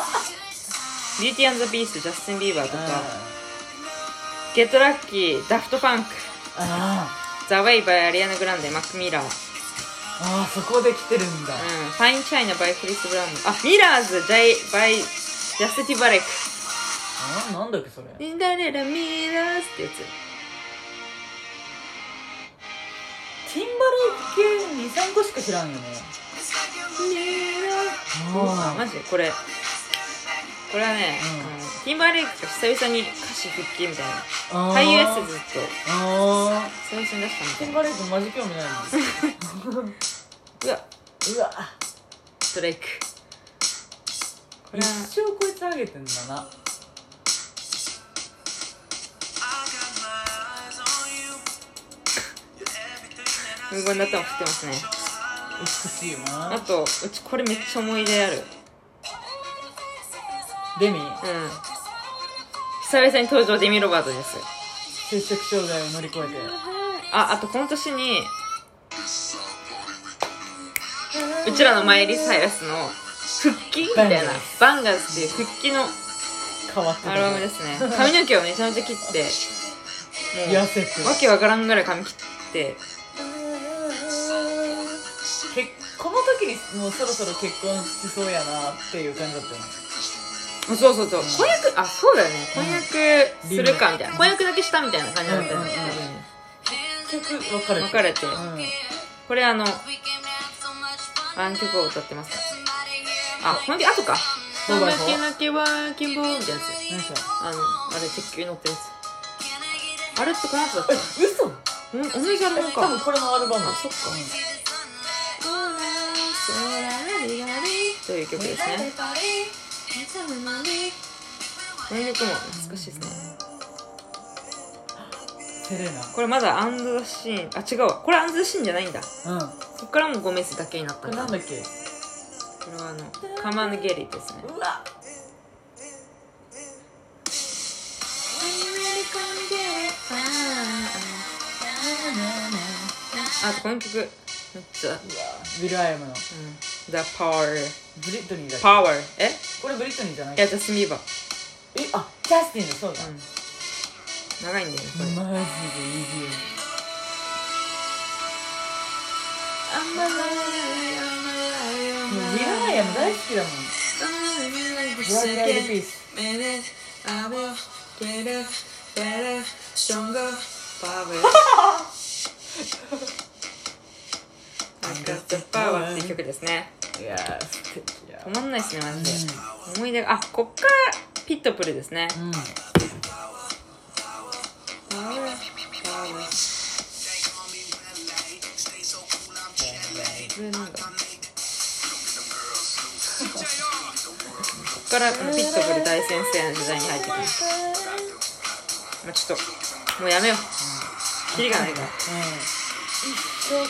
Speaker 1: 「ビューティービースト」ジャスティン・ビーバーと
Speaker 2: あ
Speaker 1: か「ゲットラッキー」「ダフトパンク」
Speaker 2: ああ
Speaker 1: 「ザ・ウェイバー」アリアナ・グランデマック・ミラー
Speaker 2: ああそこで来てるんだ
Speaker 1: うん、ファインチャイナ by クリス・ブラウンあミラーズ J by ジャスティ・バレック
Speaker 2: あなんだっけそれ
Speaker 1: 「ダレラミラーズ」ってや
Speaker 2: ティンバレー系23個しか知らんよね
Speaker 1: つ
Speaker 2: あ
Speaker 1: マジでこれこれはね、
Speaker 2: うん
Speaker 1: あのティンバーレイクが久々に歌手復帰みたいな
Speaker 2: あ
Speaker 1: ハイエース
Speaker 2: ズ
Speaker 1: ずっと
Speaker 2: ああ
Speaker 1: 最初に出したみた
Speaker 2: ティ
Speaker 1: い
Speaker 2: ン
Speaker 1: な
Speaker 2: バレーズマジ興味ないもん
Speaker 1: うわ
Speaker 2: うわ
Speaker 1: ストレイクこれ
Speaker 2: 一
Speaker 1: は
Speaker 2: 生こいつあげてんだな
Speaker 1: 無言だったも振ってますね
Speaker 2: 美しいよ
Speaker 1: あ
Speaker 2: な
Speaker 1: とうちこれめっちゃ思い出あるうん
Speaker 2: デミ
Speaker 1: 久々に登場デミ・ロバートです
Speaker 2: 摂食障害を乗り越えて
Speaker 1: ああとこの年にうちらのマイリー・サイラスの復帰みたいなバンガーズっていう復帰の
Speaker 2: 変わって
Speaker 1: アルバムですね髪の毛をめちゃめちゃ切っても
Speaker 2: 痩せて
Speaker 1: うわけわからんぐらい髪切って
Speaker 2: けこの時にもうそろそろ結婚しそうやなっていう感じだったよね
Speaker 1: もうそうそうそう婚約あそうだよね婚約するかみたいな婚約だけしたみたいな感じだったよね
Speaker 2: うんうんうん結局別れ
Speaker 1: 別
Speaker 2: て
Speaker 1: れて
Speaker 2: うん、
Speaker 1: これあのあの曲を歌ってますあこの時あとか「
Speaker 2: どう
Speaker 1: そ
Speaker 2: だ
Speaker 1: んな
Speaker 2: ろう
Speaker 1: 気なけは希望」みたいなやつ
Speaker 2: 何それ
Speaker 1: あのあれ鉄球に乗ってるやつあれってこのやつだった
Speaker 2: 嘘
Speaker 1: お同じアルバム
Speaker 2: 多分
Speaker 1: か
Speaker 2: これのアルバム
Speaker 1: あそっかという曲ですねこの曲も懐かしいですね
Speaker 2: セレ
Speaker 1: これまだアンドザシーンあ違うわこれアンドザシーンじゃないんだ
Speaker 2: ナうん
Speaker 1: そっからもうゴメスだけになっ
Speaker 2: こ
Speaker 1: たん
Speaker 2: れな
Speaker 1: だ
Speaker 2: ん
Speaker 1: こ
Speaker 2: だっけ
Speaker 1: れはあのカマンゲリですね
Speaker 2: うわ
Speaker 1: Ah, あとこの曲めっちゃ
Speaker 2: うわビル・アイムの
Speaker 1: うん「The mm, Power」
Speaker 2: ブリットニー
Speaker 1: 「
Speaker 2: だっけ
Speaker 1: Power」え eh?
Speaker 2: これブリットニーじゃない
Speaker 1: いやジャスミーバー
Speaker 2: えあジャスティンだそうだ
Speaker 1: うん長いんだよねこれ
Speaker 2: マジでいいよもうビル・アイム大好きだもんブラック・アイド・ピース
Speaker 3: Minute, I will get it better, stronger, power.
Speaker 1: I got the power っていう曲ですね
Speaker 2: いやー素敵や
Speaker 1: 止まんないですねマジで、思い出があこっからピットプルですね、
Speaker 2: うん
Speaker 3: Power, power.
Speaker 1: これなんだこっからこのピットブル大先生の時代に入ってきます、まあ、ちょっともうやめよう、キリがないから
Speaker 2: うん一生語り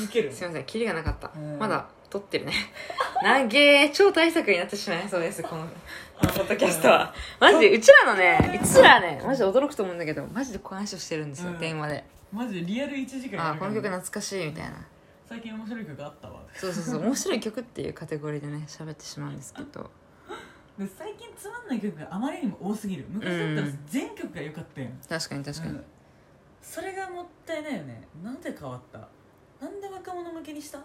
Speaker 2: 続ける
Speaker 1: すいませんキリがなかった、
Speaker 2: うん
Speaker 1: まだ撮ってるね 投げ超大作になってしまいそうですこのこのポッドキャストはマジでうちらのねいつらねマジで驚くと思うんだけどマジでこう話をしてるんですよ、
Speaker 2: うん
Speaker 1: 電話で
Speaker 2: マジでリアル1時間や
Speaker 1: あ
Speaker 2: る
Speaker 1: こ
Speaker 2: から
Speaker 1: の
Speaker 2: ね
Speaker 1: 曲懐かしいみたいな
Speaker 2: 最近面白い曲あったわ
Speaker 1: そうそう そう面白い曲っていうカテゴリーでね喋ってしまうんですけど
Speaker 2: で最近つまんない曲があまりにも多すぎる昔だったら
Speaker 1: うん
Speaker 2: 全曲が良かったやん、
Speaker 1: 確かに確かに、
Speaker 2: うんそれがもったいないよねなんで変わったなんで若者向けにした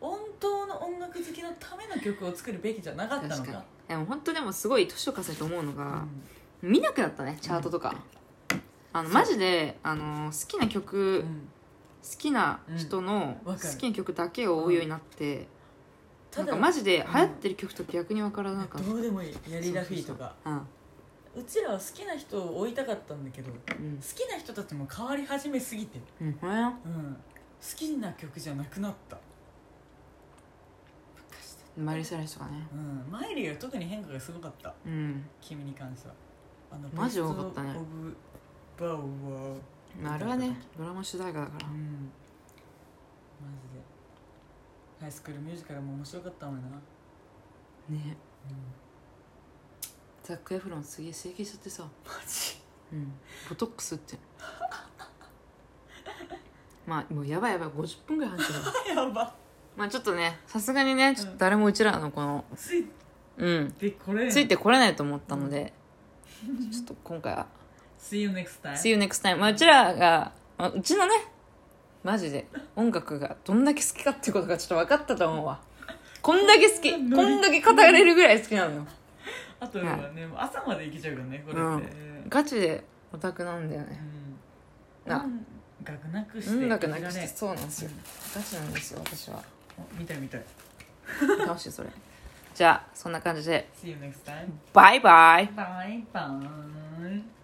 Speaker 2: 本当の音楽好きのための曲を作るべきじゃなかったの
Speaker 1: 確
Speaker 2: か
Speaker 1: かにでも本当でもすごい年を重ねて思うの
Speaker 2: う
Speaker 1: が、
Speaker 2: ん
Speaker 1: 見なくなったねチャートとか、あのマジであの好きな曲、
Speaker 2: う
Speaker 1: 好
Speaker 2: ん
Speaker 1: きな人の好
Speaker 2: うんわかる
Speaker 1: きな曲だけを追うようになって、
Speaker 2: た
Speaker 1: な
Speaker 2: だ
Speaker 1: んかマジで流行ってる曲と逆に分からなかった、
Speaker 2: どうでもいいヤリラフィーとか
Speaker 1: うん
Speaker 2: うちらは好きな人を追いたかったんだけど好
Speaker 1: うん
Speaker 2: きな人たちも変わり始めすぎて、
Speaker 1: うんほら
Speaker 2: うん、好きな曲じゃなくなった
Speaker 1: マイリー・サイラスとかね
Speaker 2: うん、マイリーは特に変化がすごかった
Speaker 1: うん
Speaker 2: 君に関してはあの
Speaker 1: マジ多かったね
Speaker 2: ベストオブバウアー
Speaker 1: まああれはねドラマ主題歌だから
Speaker 2: うんマジでハイスクールミュージカルも面白かったもんな、
Speaker 1: ね
Speaker 2: うん、
Speaker 1: ザック・エフロンすげえ整形しちゃってさ
Speaker 2: マジ
Speaker 1: うんボトックスって まあもうやばいやばい50分ぐらい話してる
Speaker 2: やば
Speaker 1: まあちょっとねさすがにねちょっと誰もうちらのこの
Speaker 2: つい
Speaker 1: うん
Speaker 2: てこれん
Speaker 1: ついてこれないと思ったので、ちょっと今回は
Speaker 2: See you next time
Speaker 1: See you next time まあうちらが、まあ、うちのねマジで音楽がどんだけ好きかってことがちょっと分かったと思うわこんだけ好きこんだけ語れるぐらい好きなのよ
Speaker 2: あとはね、朝まで行けちゃうからねこれって、
Speaker 1: う
Speaker 2: うんん
Speaker 1: ガチでオタクなんだよねな
Speaker 2: 音楽なくして
Speaker 1: 音楽なくして
Speaker 2: ね
Speaker 1: そうなんですよガチなんですよ私は
Speaker 2: 見たい見たい
Speaker 1: 楽しいそれじゃあそんな感じで
Speaker 2: See you next time
Speaker 1: バイバイ
Speaker 2: バイバイ